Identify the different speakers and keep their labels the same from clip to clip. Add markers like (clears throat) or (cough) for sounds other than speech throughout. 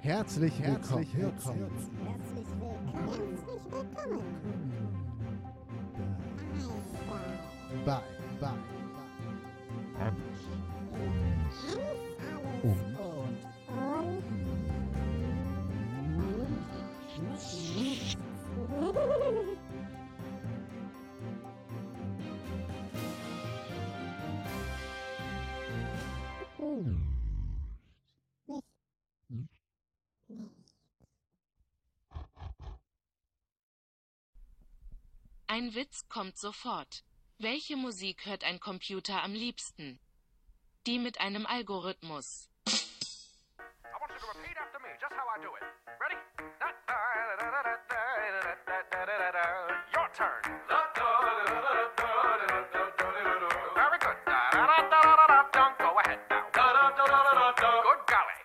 Speaker 1: Herzlich willkommen.
Speaker 2: Herzlich willkommen.
Speaker 3: Herzlich willkommen. Herzlich willkommen.
Speaker 1: Bei, bei.
Speaker 3: Hans, Hans und und.
Speaker 4: Ein Witz kommt sofort. Welche Musik hört ein Computer am liebsten? Die mit einem Algorithmus.
Speaker 5: I want you to repeat after me just how I do it. Ready? Your turn. Very good. Go ahead now. Good golly.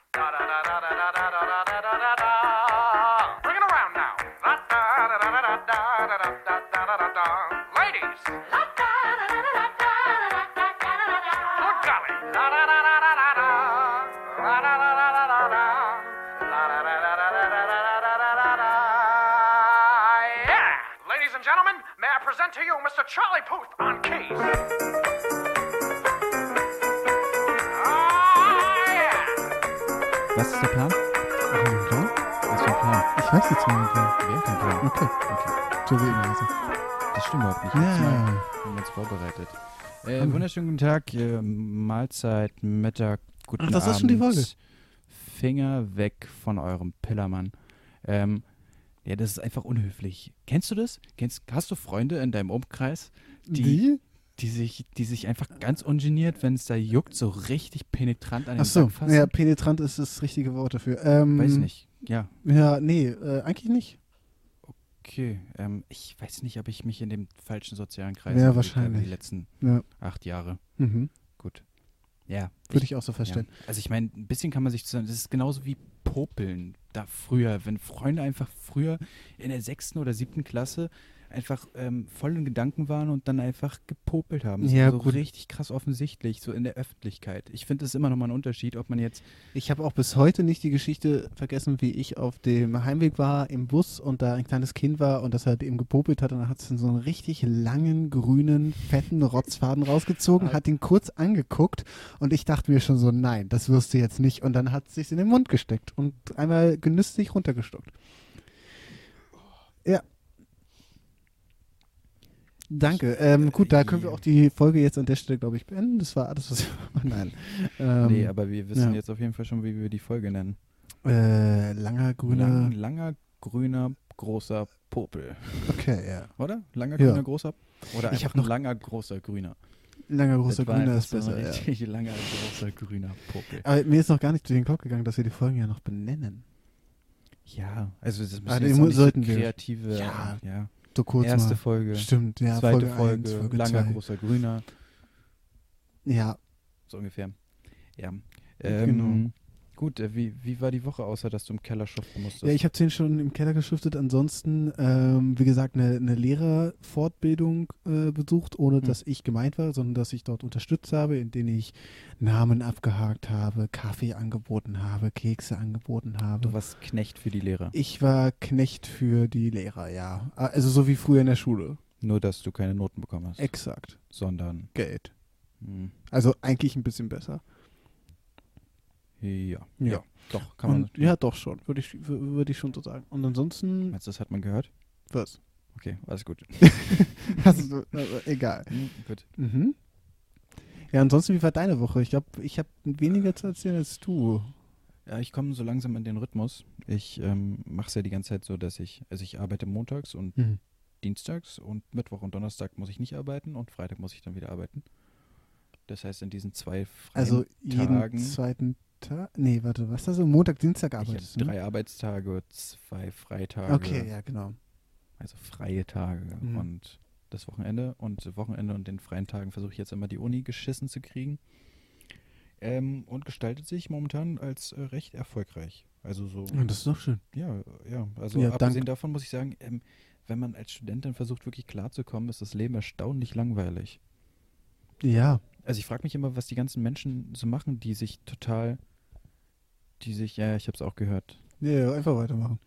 Speaker 5: Bring it around now. Ladies. Good golly. Yeah! Ladies and gentlemen, may I present to you Mr. Charlie Puth on keys. Ah, yeah!
Speaker 6: Was ist der Plan? Was ist der Plan?
Speaker 2: Ich weiß jetzt nicht mehr.
Speaker 6: Wer hat den Plan?
Speaker 2: Okay,
Speaker 6: Okay,
Speaker 2: so wie immer. Also.
Speaker 6: das stimmt überhaupt nicht. Jetzt mal
Speaker 2: Ja.
Speaker 6: haben wir uns vorbereitet. Äh, wunderschönen guten Tag, äh, Mahlzeit, Mittag, guten
Speaker 2: Ach, das
Speaker 6: Abend.
Speaker 2: ist schon die Folge.
Speaker 6: Finger weg von eurem Pillermann. Ähm, ja, das ist einfach unhöflich. Kennst du das? Kennst, hast du Freunde in deinem Umkreis, die, die?
Speaker 2: Die?
Speaker 6: sich, die sich einfach ganz ungeniert, wenn es da juckt, so richtig penetrant an den
Speaker 2: Ach so.
Speaker 6: Sack fassen?
Speaker 2: Ja, penetrant ist das richtige Wort dafür. Ähm,
Speaker 6: Weiß nicht. Ja,
Speaker 2: Ja, nee, äh, eigentlich nicht.
Speaker 6: Okay, ähm, ich weiß nicht, ob ich mich in dem falschen sozialen Kreis
Speaker 2: Ja,
Speaker 6: bewegt habe
Speaker 2: wahrscheinlich.
Speaker 6: die letzten
Speaker 2: Ja.
Speaker 6: acht Jahre.
Speaker 2: Mhm.
Speaker 6: Gut. Ja.
Speaker 2: Würde ich auch so verstehen.
Speaker 6: Ja. Also ich meine, ein bisschen kann man sich zusammen. Das ist genauso wie Popeln da früher, wenn Freunde einfach früher in der sechsten oder siebten Klasse einfach ähm, voll in Gedanken waren und dann einfach gepopelt haben. Das
Speaker 2: Ja,
Speaker 6: war so
Speaker 2: gut.
Speaker 6: richtig krass offensichtlich, so in der Öffentlichkeit. Ich finde es immer nochmal ein Unterschied, ob man jetzt
Speaker 2: Ich habe auch bis heute nicht die Geschichte vergessen, wie ich auf dem Heimweg war im Bus und da ein kleines Kind war und das halt eben gepopelt hat und dann hat es so einen richtig langen, grünen, fetten Rotzfaden rausgezogen, hat ihn kurz angeguckt und ich dachte mir schon so, nein, das wirst du jetzt nicht und dann hat es sich in den Mund gesteckt und einmal genüsslich runtergestuckt. Ja. Danke. Ähm, gut, da können wir auch die Folge jetzt an der Stelle, glaube ich, beenden. Das war alles, was wir machen. Nein. Ähm,
Speaker 6: Nee, aber wir wissen
Speaker 2: ja.
Speaker 6: jetzt auf jeden Fall schon, wie wir die Folge nennen.
Speaker 2: Äh, langer grüner.
Speaker 6: Lang, langer, grüner, großer Popel.
Speaker 2: Okay, ja.
Speaker 6: Oder? Langer,
Speaker 2: Ja.
Speaker 6: grüner, großer? Oder
Speaker 2: Ich
Speaker 6: einfach
Speaker 2: hab noch-
Speaker 6: ein langer, großer, grüner.
Speaker 2: Langer großer
Speaker 6: Das war
Speaker 2: grüner
Speaker 6: einfach
Speaker 2: ist
Speaker 6: so ein
Speaker 2: besser. Ja.
Speaker 6: Richtig (laughs) langer, großer, grüner Popel.
Speaker 2: Aber mir ist noch gar nicht durch den Kopf gegangen, dass wir die Folgen ja noch benennen.
Speaker 6: Ja, also das müssen
Speaker 2: Ah, den
Speaker 6: jetzt noch
Speaker 2: mu-
Speaker 6: nicht
Speaker 2: sollten
Speaker 6: so
Speaker 2: wir.
Speaker 6: kreative,
Speaker 2: Ja,
Speaker 6: äh, ja.
Speaker 2: So kurz
Speaker 6: erste
Speaker 2: mal.
Speaker 6: Folge,
Speaker 2: Stimmt, ja.
Speaker 6: zweite
Speaker 2: Folge,
Speaker 6: Folge,
Speaker 2: eins, Folge
Speaker 6: langer,
Speaker 2: zwei.
Speaker 6: großer, grüner,
Speaker 2: Ja,
Speaker 6: so ungefähr. Ja.
Speaker 2: Genau.
Speaker 6: Ähm, Gut, äh, wie, wie war die Woche, außer dass du im Keller schuften musstest?
Speaker 2: ja ich habe den schon im Keller geschiftet. Ansonsten, ähm, wie gesagt, eine, eine Lehrerfortbildung äh, besucht,
Speaker 6: Hm.
Speaker 2: ohne dass ich gemeint war, sondern dass ich dort unterstützt habe, indem ich Namen abgehakt habe, Kaffee angeboten habe, Kekse angeboten habe.
Speaker 6: du warst Knecht für die Lehrer.
Speaker 2: ich war Knecht für die Lehrer, ja. Also so wie früher in der Schule.
Speaker 6: Nur, dass du keine Noten bekommen hast,
Speaker 2: Exakt.
Speaker 6: sondern...
Speaker 2: Geld.
Speaker 6: Hm.
Speaker 2: Also eigentlich ein bisschen besser.
Speaker 6: Ja,
Speaker 2: Ja.
Speaker 6: ja. Doch, kann man.
Speaker 2: Und, ja, doch schon, würde ich, wür- würde ich schon so sagen. Und ansonsten,
Speaker 6: Meinst du, das hat man gehört?
Speaker 2: was? (laughs)
Speaker 6: Okay, alles gut.
Speaker 2: Also, also, egal.
Speaker 6: Hm, gut.
Speaker 2: Mhm. Ja, ansonsten, wie war deine Woche? Ich glaube, ich habe weniger zu erzählen als du.
Speaker 6: Ja, ich komme so langsam in den Rhythmus. Ich ähm, mache es ja die ganze Zeit so, dass ich, also ich arbeite montags und
Speaker 2: Mhm.
Speaker 6: dienstags und Mittwoch und Donnerstag muss ich nicht arbeiten und Freitag muss ich dann wieder arbeiten. Das heißt, in diesen zwei freien
Speaker 2: Also jeden
Speaker 6: Tagen,
Speaker 2: zweiten Tag. Nee, warte, was ist das so? Montag, Dienstag
Speaker 6: ich
Speaker 2: arbeitest
Speaker 6: hab
Speaker 2: du? ne?
Speaker 6: drei Arbeitstage, zwei Freitage,
Speaker 2: Okay, ja, genau.
Speaker 6: also freie Tage
Speaker 2: Mhm.
Speaker 6: und das Wochenende und Wochenende und den freien Tagen versuche ich jetzt immer die Uni geschissen zu kriegen. Ähm, und gestaltet sich momentan als äh, recht erfolgreich. Also so
Speaker 2: Und das ist doch schön.
Speaker 6: Ja, ja. Also
Speaker 2: Ja,
Speaker 6: abgesehen
Speaker 2: dank.
Speaker 6: davon muss ich sagen, ähm, wenn man als Student dann versucht, wirklich klarzukommen, ist das Leben erstaunlich langweilig.
Speaker 2: Ja,
Speaker 6: Also ich frage mich immer, was die ganzen Menschen so machen, die sich total, die sich, ja, ja, ich habe es auch gehört,
Speaker 2: Nee, einfach weitermachen.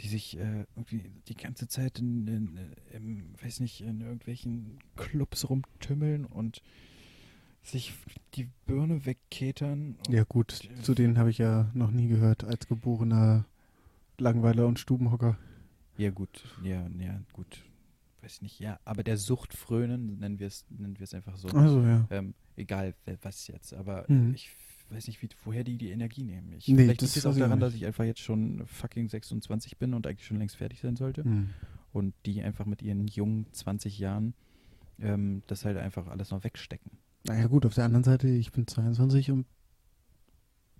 Speaker 6: die sich äh, irgendwie die ganze Zeit in, in, äh, im, weiß nicht, in irgendwelchen Clubs rumtümmeln und sich die Birne wegketern. Und
Speaker 2: Ja, gut. Zu denen habe ich ja noch nie gehört als geborener Langweiler und Stubenhocker.
Speaker 6: ja, gut, ja, ja, gut. Weiß nicht, ja, aber der Sucht frönen, nennen wir es, nennen wir es einfach so.
Speaker 2: Also ja.
Speaker 6: Ähm, egal wer- was jetzt, aber
Speaker 2: Mhm.
Speaker 6: ich weiß nicht, wie, woher die die Energie nehmen. Ich,
Speaker 2: Nee,
Speaker 6: vielleicht
Speaker 2: das
Speaker 6: liegt es
Speaker 2: weiß
Speaker 6: auch
Speaker 2: ich auch
Speaker 6: daran,
Speaker 2: nicht.
Speaker 6: dass ich einfach jetzt schon fucking 26 bin und eigentlich schon längst fertig sein sollte.
Speaker 2: Hm.
Speaker 6: Und die einfach mit ihren jungen 20 Jahren ähm, das halt einfach alles noch wegstecken.
Speaker 2: Naja gut, auf der anderen Seite, ich bin 22 und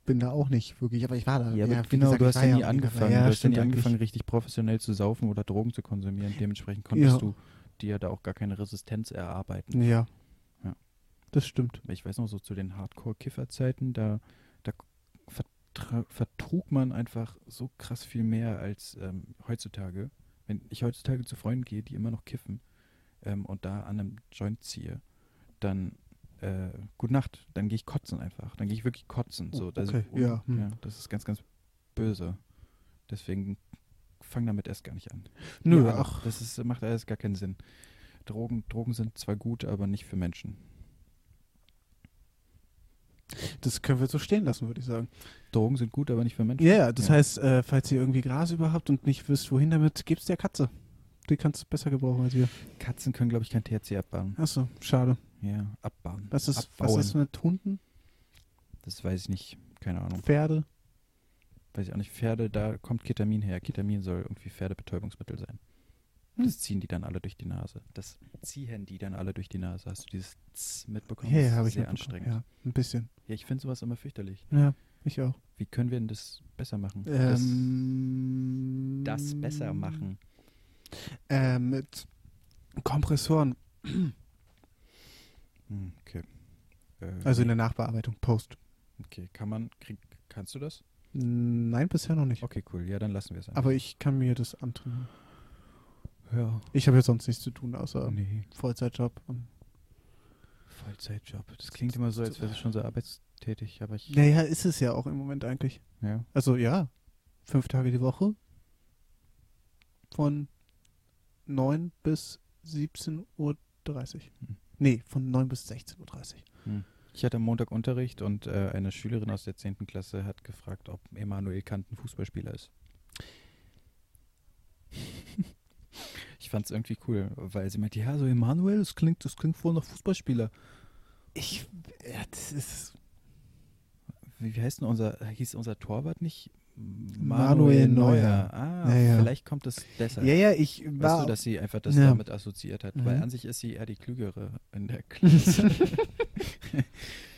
Speaker 2: bin da auch nicht wirklich, aber ich war da.
Speaker 6: Ja, aber
Speaker 2: wie
Speaker 6: genau,
Speaker 2: gesagt,
Speaker 6: du
Speaker 2: ich
Speaker 6: hast
Speaker 2: war
Speaker 6: ja nie
Speaker 2: am Ende-
Speaker 6: angefangen.
Speaker 2: Ja,
Speaker 6: du hast ja nie
Speaker 2: stimmt eigentlich.
Speaker 6: angefangen, richtig professionell zu saufen oder Drogen zu konsumieren. Dementsprechend konntest
Speaker 2: Ja.
Speaker 6: du dir da auch gar keine Resistenz erarbeiten.
Speaker 2: Ja.
Speaker 6: Ja.
Speaker 2: Das stimmt.
Speaker 6: Ich weiß noch, so zu den Hardcore-Kiffer-Zeiten, da, da vertra- vertrug man einfach so krass viel mehr als ähm, heutzutage. Wenn ich heutzutage zu Freunden gehe, die immer noch kiffen ähm, und da an einem Joint ziehe, dann äh, gute Nacht, dann gehe ich kotzen einfach. Dann gehe ich wirklich kotzen. So,
Speaker 2: Oh,
Speaker 6: das-
Speaker 2: okay, ja, hm.
Speaker 6: ja. Das ist ganz, ganz böse. Deswegen fang damit erst gar nicht an.
Speaker 2: Nö,
Speaker 6: Ja,
Speaker 2: ach,
Speaker 6: Das ist, macht alles gar keinen Sinn. Drogen, Drogen sind zwar gut, aber nicht für Menschen.
Speaker 2: das können wir so stehen lassen, würde ich sagen.
Speaker 6: Drogen sind gut, aber nicht für Menschen.
Speaker 2: Ja, ja, das
Speaker 6: Ja.
Speaker 2: heißt, äh, falls ihr irgendwie Gras über habt und nicht wisst, wohin damit, gebt's der Katze. Die kannst du besser gebrauchen als wir.
Speaker 6: Katzen können, glaube ich, kein THC abbauen.
Speaker 2: Achso, schade.
Speaker 6: Ja, abbauen.
Speaker 2: Was ist, was
Speaker 6: Abbauen.
Speaker 2: ist mit Hunden,
Speaker 6: Das weiß ich nicht. Keine Ahnung.
Speaker 2: Pferde?
Speaker 6: Weiß ich auch nicht. Pferde, da kommt Ketamin her. Ketamin soll irgendwie Pferdebetäubungsmittel sein.
Speaker 2: Hm.
Speaker 6: Das ziehen die dann alle durch die Nase. Das ziehen die dann alle durch die Nase. Hast du dieses Tss mitbekommen?
Speaker 2: Ja,
Speaker 6: Das
Speaker 2: ja,
Speaker 6: ist
Speaker 2: habe ich
Speaker 6: Sehr
Speaker 2: mitbekommen.
Speaker 6: anstrengend.
Speaker 2: Ja, ein bisschen.
Speaker 6: Ja, ich finde sowas immer fürchterlich.
Speaker 2: Ja, ich auch.
Speaker 6: Wie können wir denn das besser machen?
Speaker 2: Ähm,
Speaker 6: das, das besser machen.
Speaker 2: Äh, mit Kompressoren,
Speaker 6: Hm, Okay. Äh,
Speaker 2: also in der Nachbearbeitung, Post.
Speaker 6: okay, kann man, krieg, kannst du das?
Speaker 2: Nein, bisher noch nicht.
Speaker 6: Okay, cool. Ja, dann lassen wir es einfach.
Speaker 2: Aber ich kann mir das antrainieren.
Speaker 6: ja.
Speaker 2: Ich habe ja sonst nichts zu tun, außer
Speaker 6: Nee.
Speaker 2: Vollzeitjob. Und
Speaker 6: Vollzeitjob. Das klingt immer so, als wäre ich schon so arbeitstätig, aber ich.
Speaker 2: naja, ist es ja auch im Moment eigentlich.
Speaker 6: Ja.
Speaker 2: Also ja, fünf Tage die Woche. Von 9 bis 17.30 Uhr.
Speaker 6: Hm.
Speaker 2: Nee, von 9 bis 16.30 Uhr.
Speaker 6: Ich hatte am Montag Unterricht und äh, eine Schülerin aus der 10. Klasse hat gefragt, ob Emanuel Kant ein Fußballspieler ist. (laughs) ich fand es irgendwie cool, weil sie meinte, ja, so Emanuel, das klingt, das klingt wohl nach Fußballspieler.
Speaker 2: Ich, ja, das ist
Speaker 6: Wie, wie heißt denn unser, hieß unser Torwart nicht?
Speaker 2: Manuel Neuer.
Speaker 6: Ah,
Speaker 2: Ja, ja.
Speaker 6: vielleicht kommt es deshalb.
Speaker 2: Ja, ja, ich war.
Speaker 6: Weißt du, dass sie einfach das
Speaker 2: Ja.
Speaker 6: damit assoziiert hat, weil
Speaker 2: Mhm.
Speaker 6: an sich ist sie eher die Klügere in
Speaker 2: (laughs)
Speaker 6: der Klasse.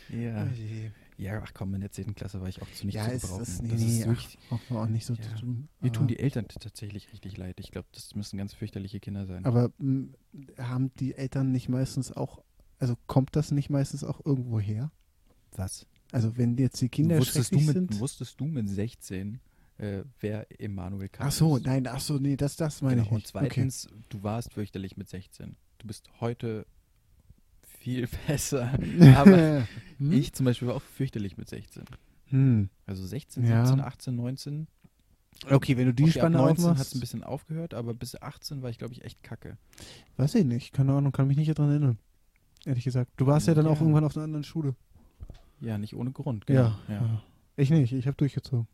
Speaker 6: ja.
Speaker 2: Oh je.
Speaker 6: ja, ach komm, in der 10. Klasse war ich auch zu nichts
Speaker 2: ja,
Speaker 6: zu
Speaker 2: es
Speaker 6: gebrauchen.
Speaker 2: ist, nee,
Speaker 6: das
Speaker 2: nee,
Speaker 6: ist wirklich,
Speaker 2: ach, braucht man auch nicht so
Speaker 6: Ja.
Speaker 2: zu tun.
Speaker 6: Mir tun
Speaker 2: aber-
Speaker 6: die Eltern t- tatsächlich richtig leid. Ich glaube, das müssen ganz fürchterliche Kinder sein.
Speaker 2: Aber m, haben die Eltern nicht meistens auch, also kommt das nicht meistens auch irgendwo her?
Speaker 6: was?
Speaker 2: Also wenn jetzt die Kinder
Speaker 6: Wusstest du,
Speaker 2: schrecklich
Speaker 6: mit,
Speaker 2: sind.
Speaker 6: wusstest du mit 16, äh, wer Emanuel Kant
Speaker 2: Ach so,
Speaker 6: ist?
Speaker 2: nein, ach so, nee, das, das meine
Speaker 6: genau.
Speaker 2: ich nicht. (laughs)
Speaker 6: Und zweitens, du warst fürchterlich mit 16. Du bist heute viel (laughs)
Speaker 2: (laughs)
Speaker 6: besser.
Speaker 2: okay.
Speaker 6: aber
Speaker 2: hm?
Speaker 6: Ich zum Beispiel war auch fürchterlich mit 16.
Speaker 2: Hm.
Speaker 6: Also 16,
Speaker 2: Ja.
Speaker 6: 17, 18, 19.
Speaker 2: Okay, wenn du die
Speaker 6: Okay, ab
Speaker 2: Spanne
Speaker 6: 19 hat es
Speaker 2: aufmachst,
Speaker 6: ein bisschen aufgehört, aber bis 18 war ich, glaube ich, echt kacke.
Speaker 2: weiß ich nicht, keine Ahnung, kann mich nicht daran erinnern. Ehrlich gesagt. Du warst ja dann auch
Speaker 6: Ja.
Speaker 2: irgendwann auf einer anderen Schule.
Speaker 6: Ja, nicht ohne Grund. genau.
Speaker 2: Ja.
Speaker 6: Ja.
Speaker 2: ja. Ich nicht, ich habe durchgezogen.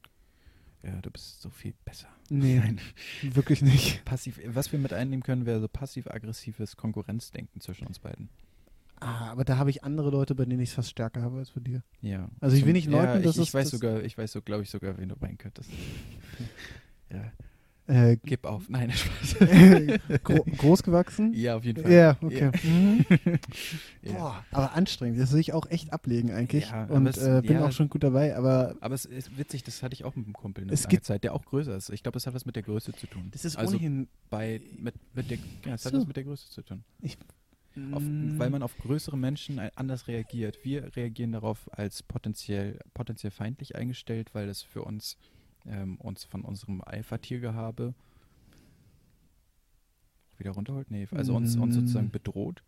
Speaker 6: ja, du bist so viel besser.
Speaker 2: Nee,
Speaker 6: Nein.
Speaker 2: wirklich nicht.
Speaker 6: Passiv, was wir mit einnehmen können, wäre so passiv-aggressives Konkurrenzdenken zwischen uns beiden.
Speaker 2: Ah, aber da habe ich andere Leute, bei denen ich es fast stärker habe als bei dir.
Speaker 6: Ja.
Speaker 2: Also ich will nicht
Speaker 6: ja,
Speaker 2: leugnen, dass
Speaker 6: ich,
Speaker 2: es-
Speaker 6: ich weiß
Speaker 2: das-
Speaker 6: sogar, ich weiß so, glaube ich sogar, wen du
Speaker 2: (laughs)
Speaker 6: meinen könntest. ja,
Speaker 2: Äh,
Speaker 6: gib auf. Nein, (laughs) Spaß.
Speaker 2: (laughs) gro groß gewachsen?
Speaker 6: ja, auf jeden Fall.
Speaker 2: Ja, okay. Mhm.
Speaker 6: Ja.
Speaker 2: Boah, aber anstrengend. Das will ich auch echt ablegen eigentlich.
Speaker 6: Ja, aber
Speaker 2: und
Speaker 6: es-
Speaker 2: äh, bin
Speaker 6: ja.
Speaker 2: auch schon gut dabei, aber
Speaker 6: Aber es ist witzig, das hatte ich auch mit einem Kumpel eine
Speaker 2: Es
Speaker 6: lange
Speaker 2: gibt-
Speaker 6: Zeit, der auch größer ist. Ich glaube, das hat was mit der Größe zu tun.
Speaker 2: das ist
Speaker 6: also
Speaker 2: ohnehin.
Speaker 6: bei mit, mit der, ja, das hat
Speaker 2: So.
Speaker 6: was mit der Größe zu tun. Auf,
Speaker 2: Mm,
Speaker 6: weil man auf größere Menschen ein- anders reagiert. Wir reagieren darauf als potenziell, potenziell feindlich eingestellt, weil das für uns ähm, uns von unserem Alpha-Tiergehabe wieder runterholt. Nee, also uns, uns
Speaker 2: Mm.
Speaker 6: sozusagen bedroht.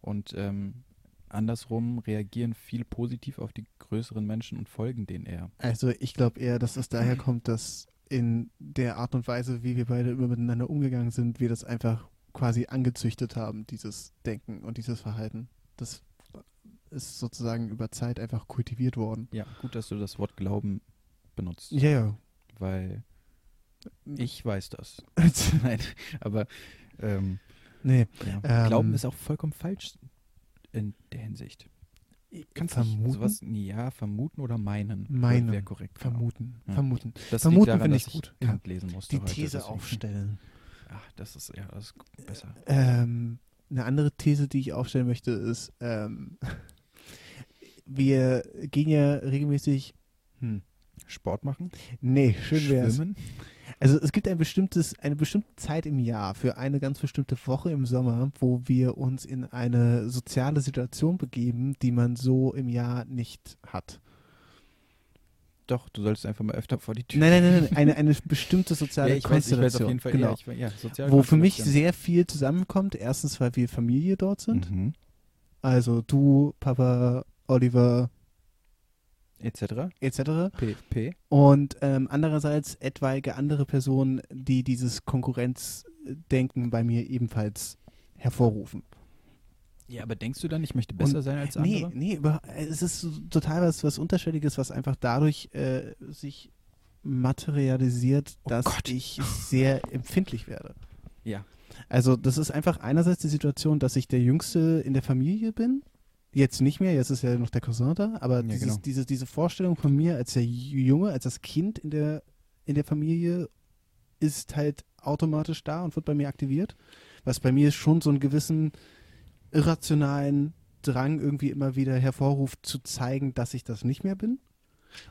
Speaker 6: Und ähm, andersrum reagieren viel positiv auf die größeren Menschen und folgen denen eher.
Speaker 2: Also ich glaube eher, dass es daher kommt, dass in der Art und Weise, wie wir beide immer miteinander umgegangen sind, wir das einfach quasi angezüchtet haben, dieses Denken und dieses Verhalten. Das ist sozusagen über Zeit einfach kultiviert worden.
Speaker 6: Ja, gut, dass du das Wort Glauben benutzt,
Speaker 2: Ja, ja.
Speaker 6: weil ich weiß
Speaker 2: (laughs)
Speaker 6: das. Nein, aber ähm,
Speaker 2: Nee,
Speaker 6: ja.
Speaker 2: Ähm,
Speaker 6: Glauben ist auch vollkommen falsch in der Hinsicht. Kannst nicht
Speaker 2: vermuten.
Speaker 6: sowas, ja, vermuten oder meinen.
Speaker 2: Meinen.
Speaker 6: Wäre korrekt. genau.
Speaker 2: vermuten,
Speaker 6: Ja.
Speaker 2: vermuten.
Speaker 6: Das
Speaker 2: Vermuten
Speaker 6: liegt daran,
Speaker 2: finde ich
Speaker 6: dass
Speaker 2: gut.
Speaker 6: Ich Kant lesen musste
Speaker 2: Die
Speaker 6: heute,
Speaker 2: These
Speaker 6: deswegen-
Speaker 2: aufstellen.
Speaker 6: Ach, das ist, ja, das ist besser.
Speaker 2: Ähm, eine andere These, die ich aufstellen möchte, ist, ähm, (laughs) wir gehen ja regelmäßig. Hm.
Speaker 6: Sport machen,
Speaker 2: Nee, schön wär's.
Speaker 6: schwimmen.
Speaker 2: Also es gibt ein bestimmtes, eine bestimmte Zeit im Jahr für eine ganz bestimmte Woche im Sommer, wo wir uns in eine soziale Situation begeben, die man so im Jahr nicht hat.
Speaker 6: Doch, du solltest einfach mal öfter vor die Tür.
Speaker 2: Nein, nein, nein, nein eine, eine bestimmte soziale
Speaker 6: ja, ich weiß, ich
Speaker 2: Konstellation.
Speaker 6: weiß auf jeden Fall.
Speaker 2: genau.
Speaker 6: Ja, ich, weiß- ja, soziale
Speaker 2: wo für mich
Speaker 6: Konstellation.
Speaker 2: sehr viel zusammenkommt. Erstens, weil wir Familie dort sind.
Speaker 6: Mhm.
Speaker 2: Also du, Papa, Oliver,
Speaker 6: Etc.
Speaker 2: etc.
Speaker 6: PP.
Speaker 2: Und ähm, andererseits etwaige andere Personen, die dieses Konkurrenzdenken bei mir ebenfalls hervorrufen.
Speaker 6: Ja, aber denkst du dann, ich möchte besser
Speaker 2: Und-
Speaker 6: sein als
Speaker 2: Nee,
Speaker 6: andere?
Speaker 2: nee, über, es ist so total was, was Unterschiedliches, was einfach dadurch äh, sich materialisiert, dass
Speaker 6: Gott.
Speaker 2: ich sehr empfindlich werde.
Speaker 6: Ja.
Speaker 2: Also das ist einfach einerseits die Situation, dass ich der Jüngste in der Familie bin. Jetzt nicht mehr, jetzt ist ja noch der Cousin da, aber
Speaker 6: Ja,
Speaker 2: dieses,
Speaker 6: genau.
Speaker 2: diese, diese Vorstellung von mir als der Junge, als das Kind in der, in der Familie ist halt automatisch da und wird bei mir aktiviert. Was bei mir schon so einen gewissen irrationalen Drang irgendwie immer wieder hervorruft, zu zeigen, dass ich das nicht mehr bin.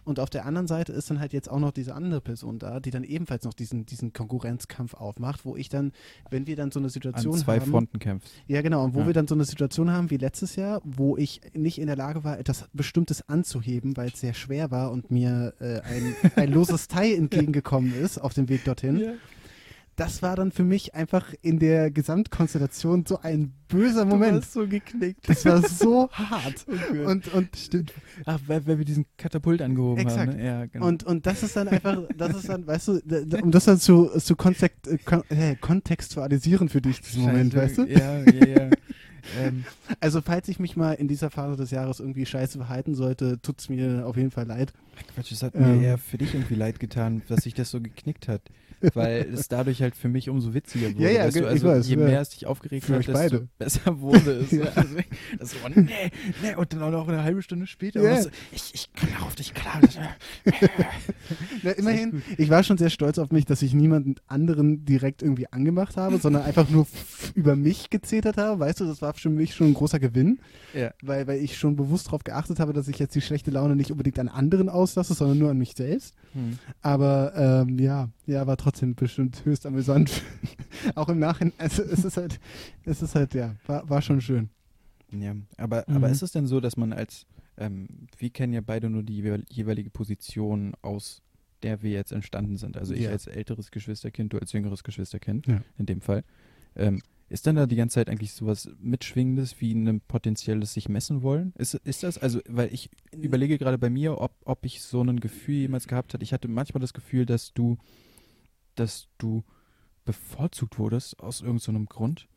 Speaker 2: Und auf der anderen Seite ist dann halt jetzt auch noch diese andere Person da, die dann ebenfalls noch diesen, diesen Konkurrenzkampf aufmacht, wo ich dann, wenn wir dann so eine
Speaker 6: An
Speaker 2: Situation
Speaker 6: zwei
Speaker 2: haben,
Speaker 6: Fronten kämpfst.
Speaker 2: ja, genau. Und wo
Speaker 6: Ja.
Speaker 2: wir dann so eine Situation haben wie letztes Jahr, wo ich nicht in der Lage war, etwas Bestimmtes anzuheben, weil es sehr schwer war und mir äh, ein, ein loses Teil entgegengekommen ist auf dem Weg dorthin. Das war dann für mich einfach in der Gesamtkonstellation so ein böser Moment.
Speaker 6: so geknickt.
Speaker 2: Das war
Speaker 6: (laughs)
Speaker 2: so hart.
Speaker 6: und,
Speaker 2: Und, und
Speaker 6: Stimmt. Ach, weil, weil wir diesen Katapult angehoben
Speaker 2: Exakt.
Speaker 6: haben. Ne? Ja, genau.
Speaker 2: Und, und das ist dann einfach, das ist
Speaker 6: (laughs)
Speaker 2: dann, weißt du, da- da- um das dann zu, zu kontext, äh, kon, äh, kontextualisieren für dich, diesen Moment, weißt
Speaker 6: Scheiße.
Speaker 2: du?
Speaker 6: Ja, ja, ja. (laughs) ähm,
Speaker 2: Also, falls ich mich mal in dieser Phase des Jahres irgendwie scheiße verhalten sollte, tut's mir auf jeden Fall leid.
Speaker 6: ach Quatsch, es hat
Speaker 2: Ähm.
Speaker 6: mir eher für dich irgendwie leid getan, dass sich das so geknickt hat. Weil
Speaker 2: (laughs)
Speaker 6: es dadurch halt für mich umso witziger wurde.
Speaker 2: Ja, ja,
Speaker 6: weißt du?
Speaker 2: ich
Speaker 6: also,
Speaker 2: weiß,
Speaker 6: je
Speaker 2: ja.
Speaker 6: mehr es dich aufgeregt
Speaker 2: Für
Speaker 6: hat,
Speaker 2: euch
Speaker 6: desto
Speaker 2: beide.
Speaker 6: besser wurde
Speaker 2: (laughs)
Speaker 6: es.
Speaker 2: Ja.
Speaker 6: Also, das so, nee, nee, und dann auch noch eine halbe Stunde später.
Speaker 2: Ja.
Speaker 6: warst du, ich, ich kann auf dich klar. ne?
Speaker 2: Na, immerhin, ich war schon sehr stolz auf mich, dass ich niemanden anderen direkt irgendwie angemacht habe, sondern einfach
Speaker 6: (laughs)
Speaker 2: nur f- über mich gezetert habe. Weißt du, das war für mich schon ein großer Gewinn,
Speaker 6: Ja.
Speaker 2: weil, weil ich schon bewusst darauf geachtet habe, dass ich jetzt die schlechte Laune nicht unbedingt an anderen auslasse, sondern nur an mich selbst.
Speaker 6: Hm.
Speaker 2: Aber ähm, ja, ja, war trotzdem bestimmt höchst amüsant. (laughs) Auch im Nachhinein, also es ist halt, es ist halt, ja, war, war schon schön.
Speaker 6: Ja, aber,
Speaker 2: Mhm.
Speaker 6: aber ist es denn so, dass man als, ähm, wir kennen ja beide nur die jeweil- jeweilige Position, aus der wir jetzt entstanden sind. Also ich
Speaker 2: Ja.
Speaker 6: als älteres Geschwisterkind, du als jüngeres Geschwisterkind,
Speaker 2: Ja.
Speaker 6: in dem Fall. Ähm, ist dann da die ganze Zeit eigentlich sowas Mitschwingendes wie ein potenzielles sich messen wollen? Ist, ist das, also, weil ich überlege gerade bei mir, ob, ob ich so ein Gefühl jemals gehabt hatte. Ich hatte manchmal das Gefühl, dass du, dass du bevorzugt wurdest aus irgendeinem so einem Grund.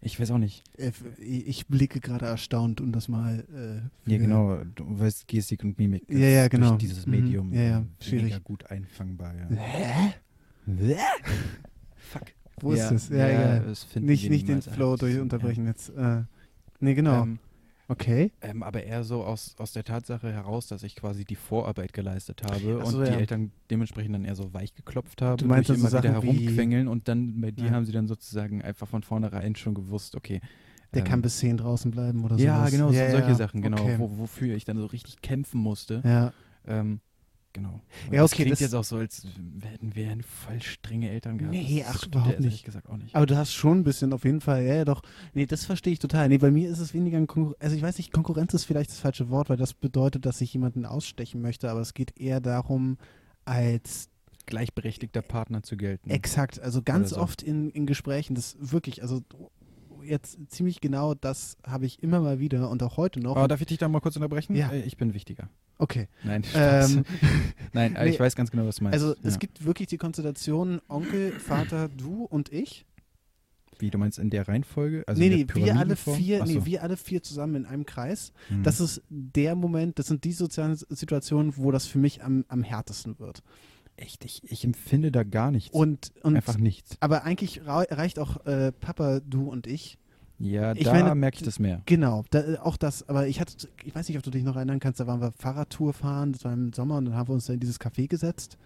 Speaker 6: Ich weiß auch nicht.
Speaker 2: Äh, Ich blicke gerade erstaunt und das mal. Äh, für-
Speaker 6: Ja, genau. Du weißt, Gestik und Mimik
Speaker 2: Ja, ja,
Speaker 6: ist
Speaker 2: genau.
Speaker 6: durch dieses
Speaker 2: Mhm.
Speaker 6: Medium
Speaker 2: Ja, ja,
Speaker 6: äh,
Speaker 2: schwierig.
Speaker 6: weniger gut einfangbar. Ja.
Speaker 2: Hä?
Speaker 6: Fuck.
Speaker 2: Wo ist das? Ja, egal.
Speaker 6: das finden
Speaker 2: Nicht,
Speaker 6: wir
Speaker 2: nicht den
Speaker 6: niemals heraus.
Speaker 2: Flow durch unterbrechen jetzt. Äh, nee, genau.
Speaker 6: Ja. Ähm,
Speaker 2: okay.
Speaker 6: ähm, aber eher so aus, aus der Tatsache heraus, dass ich quasi die Vorarbeit geleistet habe
Speaker 2: Ach so,
Speaker 6: und die
Speaker 2: ja.
Speaker 6: Eltern dementsprechend dann eher so weich geklopft haben,
Speaker 2: Du meinst
Speaker 6: durch
Speaker 2: also
Speaker 6: immer wieder
Speaker 2: Sachen wie-
Speaker 6: herumquengeln und dann bei dir
Speaker 2: Ja.
Speaker 6: haben sie dann sozusagen einfach von vornherein schon gewusst, okay.
Speaker 2: Der
Speaker 6: ähm,
Speaker 2: kann bis 10 draußen bleiben oder so.
Speaker 6: Ja, genau, so,
Speaker 2: ja,
Speaker 6: solche
Speaker 2: ja.
Speaker 6: Sachen, genau,
Speaker 2: Okay.
Speaker 6: wo, wofür ich dann so richtig kämpfen musste.
Speaker 2: Ja.
Speaker 6: Ähm, genau. Und
Speaker 2: Ja,
Speaker 6: das
Speaker 2: okay,
Speaker 6: klingt
Speaker 2: das-
Speaker 6: jetzt auch so, als hätten wir voll strenge Eltern gehabt.
Speaker 2: Nee,
Speaker 6: Das
Speaker 2: ach,
Speaker 6: tut
Speaker 2: überhaupt
Speaker 6: er ehrlich
Speaker 2: nicht.
Speaker 6: gesagt auch nicht.
Speaker 2: Aber du hast schon ein bisschen auf jeden Fall, ja, ja doch. Nee, das verstehe ich total. Nee, bei mir ist es weniger ein Konkurrenz. Also ich weiß nicht, Konkurrenz ist vielleicht das falsche Wort, weil das bedeutet, dass ich jemanden ausstechen möchte, aber es geht eher darum, als
Speaker 6: Gleichberechtigter Partner zu gelten.
Speaker 2: exakt, also ganz
Speaker 6: Hm. Oder so.
Speaker 2: oft in, in Gesprächen, das wirklich, also jetzt ziemlich genau, das habe ich immer mal wieder und auch heute noch.
Speaker 6: Oh, darf ich dich da mal kurz unterbrechen?
Speaker 2: Ja.
Speaker 6: Äh, Ich bin wichtiger.
Speaker 2: okay.
Speaker 6: Nein,
Speaker 2: (laughs)
Speaker 6: Spaß.
Speaker 2: Ähm,
Speaker 6: Nein, aber
Speaker 2: nee.
Speaker 6: ich weiß ganz genau, was du meinst.
Speaker 2: also es
Speaker 6: Ja.
Speaker 2: gibt wirklich die Konstellation Onkel, Vater, du und ich.
Speaker 6: Wie, du meinst in der Reihenfolge? Also
Speaker 2: nee,
Speaker 6: in
Speaker 2: nee,
Speaker 6: der
Speaker 2: wir alle
Speaker 6: Pyramidenform?
Speaker 2: vier,
Speaker 6: Ach
Speaker 2: nee,
Speaker 6: so.
Speaker 2: wir alle vier zusammen in einem Kreis.
Speaker 6: Hm.
Speaker 2: Das ist der Moment, das sind die sozialen S- Situationen, wo das für mich am, am härtesten wird.
Speaker 6: Echt, ich, ich empfinde da gar nichts.
Speaker 2: Und, und
Speaker 6: Einfach nichts.
Speaker 2: aber eigentlich ra- reicht auch äh, Papa, du und ich.
Speaker 6: Ja,
Speaker 2: Ich
Speaker 6: da
Speaker 2: meine,
Speaker 6: merke ich das mehr.
Speaker 2: Genau, da, äh, auch das, aber ich hatte, ich weiß nicht, ob du dich noch erinnern kannst, da waren wir Fahrradtour fahren, das war im Sommer und dann haben wir uns da in dieses Café gesetzt.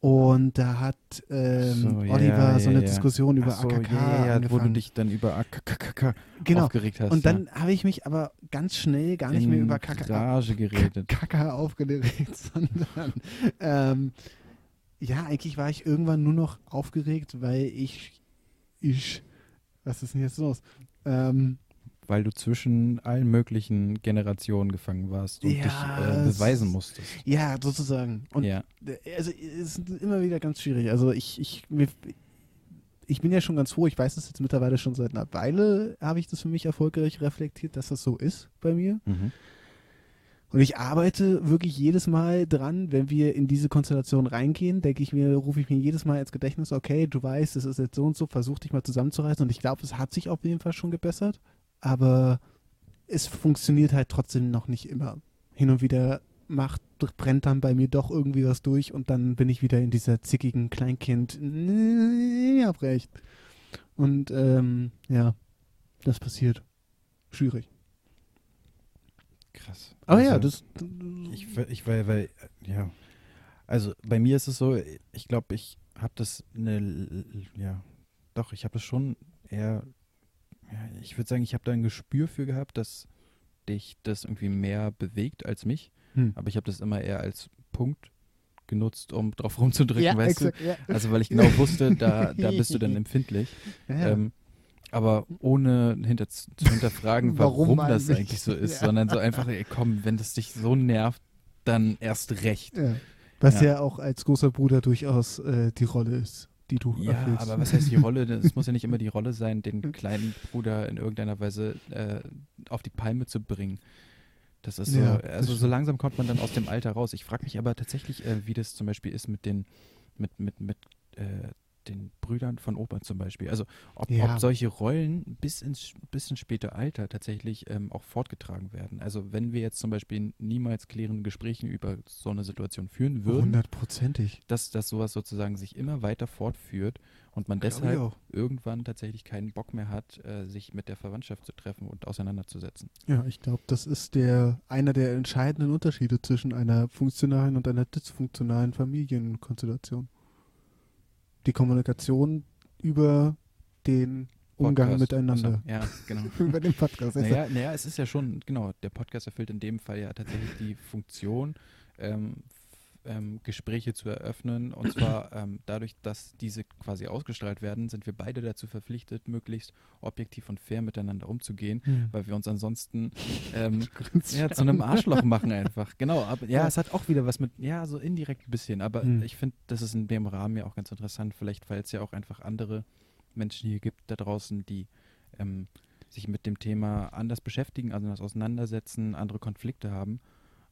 Speaker 2: Und da hat ähm,
Speaker 6: So, ja,
Speaker 2: Oliver
Speaker 6: ja,
Speaker 2: so eine
Speaker 6: ja.
Speaker 2: Diskussion über
Speaker 6: Ach so,
Speaker 2: AKK
Speaker 6: ja, ja, wo
Speaker 2: angefangen.
Speaker 6: du dich dann über AKKK
Speaker 2: genau.
Speaker 6: aufgeregt hast.
Speaker 2: Und dann habe ich mich aber ganz schnell gar
Speaker 6: ja.
Speaker 2: nicht
Speaker 6: In
Speaker 2: mehr über KK,
Speaker 6: Rage geredet.
Speaker 2: Kaka aufgeregt, (laughs) sondern ähm, ja, eigentlich war ich irgendwann nur noch aufgeregt, weil ich, ich, was ist denn jetzt los? Ähm,
Speaker 6: Weil du zwischen allen möglichen Generationen gefangen warst und
Speaker 2: Ja,
Speaker 6: dich äh,
Speaker 2: es-
Speaker 6: beweisen musstest.
Speaker 2: ja, sozusagen. Und
Speaker 6: ja.
Speaker 2: Also es ist immer wieder ganz schwierig. Also ich, ich, mir, ich bin ja schon ganz froh, ich weiß das jetzt mittlerweile schon seit einer Weile, habe ich das für mich erfolgreich reflektiert, dass das so ist bei mir.
Speaker 6: Mhm.
Speaker 2: Und ich arbeite wirklich jedes Mal dran, wenn wir in diese Konstellation reingehen, denke ich mir, rufe ich mir jedes Mal ins Gedächtnis, okay, du weißt, es ist jetzt so und so, versuch dich mal zusammenzureißen. Und ich glaube, es hat sich auf jeden Fall schon gebessert, aber es funktioniert halt trotzdem noch nicht immer. Hin und wieder macht, brennt dann bei mir doch irgendwie was durch und dann bin ich wieder in dieser zickigen Kleinkind, nee, ich hab recht. Und ähm, ja, das passiert. Schwierig.
Speaker 6: Krass.
Speaker 2: Aber Ah, ja,
Speaker 6: Also-
Speaker 2: das.
Speaker 6: Ich, we- ich weil, weil, äh, ja. Also bei mir ist es so, ich glaube, ich habe das eine, l- l- ja, doch, ich habe das schon eher, ja, ich würde sagen, ich habe da ein Gespür für gehabt, dass dich das irgendwie mehr bewegt als mich.
Speaker 2: Hm.
Speaker 6: Aber ich habe das immer eher als Punkt genutzt, um drauf rumzudrücken,
Speaker 2: ja,
Speaker 6: weißt
Speaker 2: exakt, ja.
Speaker 6: du? Also weil ich genau wusste, da, da bist du dann
Speaker 2: (laughs)
Speaker 6: empfindlich.
Speaker 2: Ja, ja.
Speaker 6: Ähm, aber ohne hinter zu hinterfragen,
Speaker 2: (laughs)
Speaker 6: warum,
Speaker 2: Warum
Speaker 6: das
Speaker 2: eigentlich?
Speaker 6: eigentlich so ist,
Speaker 2: Ja.
Speaker 6: sondern so einfach, ey, komm, wenn das dich so nervt, dann erst recht.
Speaker 2: Ja. Was ja.
Speaker 6: Ja.
Speaker 2: auch als großer Bruder durchaus äh, die Rolle ist, die du
Speaker 6: Ja,
Speaker 2: erfüllst.
Speaker 6: aber was heißt die
Speaker 2: (laughs)
Speaker 6: Rolle? Es muss ja nicht immer die Rolle sein, den kleinen Bruder in irgendeiner Weise äh, auf die Palme zu bringen. Das ist so,
Speaker 2: Ja, das
Speaker 6: also so
Speaker 2: stimmt.
Speaker 6: langsam kommt man dann aus dem Alter raus. Ich frage mich aber tatsächlich, äh, wie das zum Beispiel ist mit den, mit, mit, mit äh, den Brüdern von Opa zum Beispiel. Also ob,
Speaker 2: Ja.
Speaker 6: ob solche Rollen bis ins bis ins späte Alter tatsächlich ähm, auch fortgetragen werden. Also wenn wir jetzt zum Beispiel niemals klärende Gespräche über so eine Situation führen würden,
Speaker 2: Hundertprozentig.
Speaker 6: dass, dass sowas sozusagen sich immer weiter fortführt und man
Speaker 2: Glaub ich
Speaker 6: deshalb
Speaker 2: auch.
Speaker 6: irgendwann tatsächlich keinen Bock mehr hat, äh, sich mit der Verwandtschaft zu treffen und auseinanderzusetzen.
Speaker 2: Ja, ich glaube, das ist der einer der entscheidenden Unterschiede zwischen einer funktionalen und einer dysfunktionalen Familienkonstellation. Die Kommunikation über den Umgang
Speaker 6: Podcast.
Speaker 2: miteinander.
Speaker 6: Achso, ja,
Speaker 2: (laughs)
Speaker 6: genau.
Speaker 2: Über den Podcast. Also,
Speaker 6: naja, naja, es ist ja schon, genau, der Podcast erfüllt in dem Fall ja tatsächlich die Funktion, ähm, f- ähm, Gespräche zu
Speaker 2: (coughs)
Speaker 6: eröffnen. Und zwar ähm, dadurch, dass diese quasi ausgestrahlt werden, sind wir beide dazu verpflichtet, möglichst objektiv und fair miteinander umzugehen,
Speaker 2: Hm.
Speaker 6: weil wir uns ansonsten ähm, Ja, zu einem Arschloch machen einfach. Genau, aber ja, es hat auch wieder was mit, ja, so indirekt ein bisschen, aber
Speaker 2: Hm.
Speaker 6: ich finde, das ist in dem Rahmen ja auch ganz interessant, vielleicht weil es ja auch einfach andere Menschen hier gibt da draußen, die ähm, sich mit dem Thema anders beschäftigen, anders auseinandersetzen, andere Konflikte haben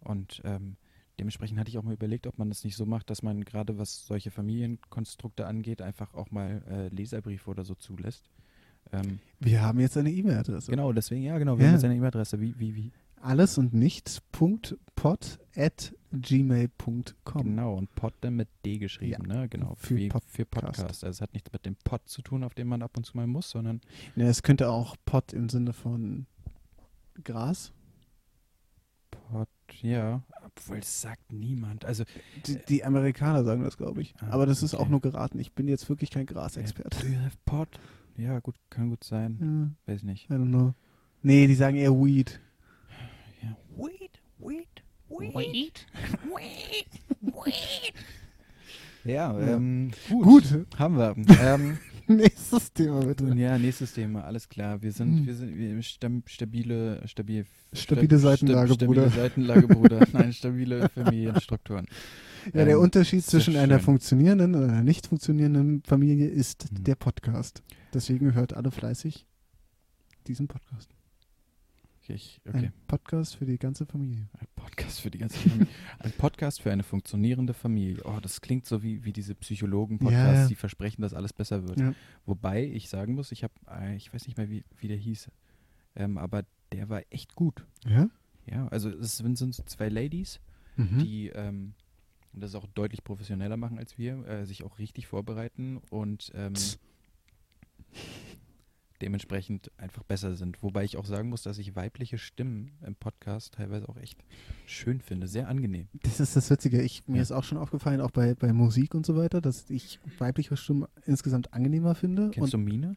Speaker 6: und ähm, dementsprechend hatte ich auch mal überlegt, ob man das nicht so macht, dass man gerade was solche Familienkonstrukte angeht, einfach auch mal äh, Leserbriefe oder so zulässt. Ähm,
Speaker 2: Wir haben jetzt eine E-Mail-Adresse.
Speaker 6: Genau, deswegen, ja genau, wir
Speaker 2: Ja.
Speaker 6: haben jetzt eine E-Mail-Adresse, wie, wie, wie,
Speaker 2: Alles und nichts.pod.gmail.com.
Speaker 6: Genau, und Pod dann mit D geschrieben, ne? Genau,
Speaker 2: für
Speaker 6: für, wie,
Speaker 2: Podcast.
Speaker 6: für Podcast. Also es hat nichts mit dem Pod zu tun, auf den man ab und zu mal muss, sondern
Speaker 2: Ja, es könnte auch Pot im Sinne von Gras.
Speaker 6: Pod, ja. Obwohl, das sagt niemand. Also,
Speaker 2: Die, die Amerikaner sagen das, glaube ich.
Speaker 6: Ah,
Speaker 2: Aber das ist
Speaker 6: okay.
Speaker 2: auch nur geraten. Ich bin jetzt wirklich kein Grasexperte.
Speaker 6: do you have Pod? Ja, gut, kann gut sein.
Speaker 2: (laughs) Ja,
Speaker 6: Weiß nicht.
Speaker 2: I don't know. Nee, die sagen eher Weed.
Speaker 6: Ja.
Speaker 7: Wait, wait, wait,
Speaker 4: Wait.
Speaker 7: wait, wait.
Speaker 6: Ja,
Speaker 2: Ja.
Speaker 6: Ähm, gut.
Speaker 2: Gut, (laughs)
Speaker 6: Haben wir. ähm,
Speaker 2: nächstes Thema bitte.
Speaker 6: ja, nächstes Thema, alles klar. Wir sind,
Speaker 2: Hm.
Speaker 6: wir sind wir stam stabile, stabil,
Speaker 2: Stabile Seitenlage,
Speaker 6: stabile
Speaker 2: Bruder. (laughs)
Speaker 6: Seitenlage, Bruder. Nein, stabile Familienstrukturen.
Speaker 2: Ja, der
Speaker 6: Ähm,
Speaker 2: Unterschied
Speaker 6: sehr
Speaker 2: zwischen einer
Speaker 6: schön.
Speaker 2: funktionierenden und einer nicht funktionierenden Familie ist
Speaker 6: Mhm.
Speaker 2: der Podcast. Deswegen hört alle fleißig diesem Podcast.
Speaker 6: Ich,
Speaker 2: Ein Podcast für die ganze Familie.
Speaker 6: Ein Podcast für die ganze Familie. Ein Podcast für eine funktionierende Familie. Oh, das klingt so wie, wie diese Psychologen-Podcasts,
Speaker 2: Ja, ja.
Speaker 6: die versprechen, dass alles besser wird.
Speaker 2: Ja.
Speaker 6: Wobei ich sagen muss, ich habe, äh, ich weiß nicht mehr, wie, wie der hieß, ähm, aber der war echt gut.
Speaker 2: Ja?
Speaker 6: Ja, also es sind, sind so zwei Ladies,
Speaker 2: Mhm.
Speaker 6: die ähm, und das auch deutlich professioneller machen als wir, äh, sich auch richtig vorbereiten und ähm,
Speaker 2: Tss.
Speaker 6: dementsprechend einfach besser sind. Wobei ich auch sagen muss, dass ich weibliche Stimmen im Podcast teilweise auch echt schön finde, sehr angenehm.
Speaker 2: Das ist das Witzige. Ich, mir
Speaker 6: Ja.
Speaker 2: ist auch schon aufgefallen, auch bei, bei Musik und so weiter, dass ich weibliche Stimmen insgesamt angenehmer finde.
Speaker 6: Kennst du Mine?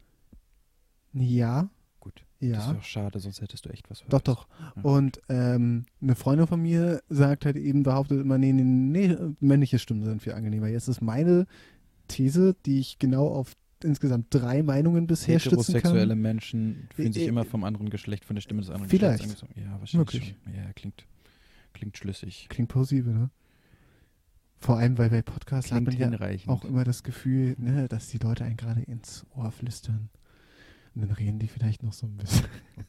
Speaker 2: und ja,
Speaker 6: Gut. Das
Speaker 2: ja.
Speaker 6: ist doch schade, sonst hättest du echt was
Speaker 2: Doch,
Speaker 6: verpasst.
Speaker 2: doch.
Speaker 6: Ja.
Speaker 2: Und ähm, eine Freundin von mir sagt halt eben, behauptet immer, nee, nee, nee, männliche Stimmen sind viel angenehmer. Jetzt ist meine These, die ich genau auf insgesamt drei Meinungen bisher stützen
Speaker 6: Heterosexuelle
Speaker 2: kann.
Speaker 6: Menschen fühlen sich
Speaker 2: Äh, äh,
Speaker 6: immer vom anderen Geschlecht, von der Stimme des anderen
Speaker 2: Vielleicht.
Speaker 6: Geschlechts angezogen. Ja, wahrscheinlich
Speaker 2: Möglich.
Speaker 6: schon. Ja, klingt, klingt schlüssig.
Speaker 2: Klingt plausibel, ne? Vor allem, weil bei Podcasts hat
Speaker 6: Klingt
Speaker 2: man ja
Speaker 6: hinreichend.
Speaker 2: auch immer das Gefühl, ne, dass die Leute einen gerade ins Ohr flüstern. Und dann reden die vielleicht noch so ein bisschen.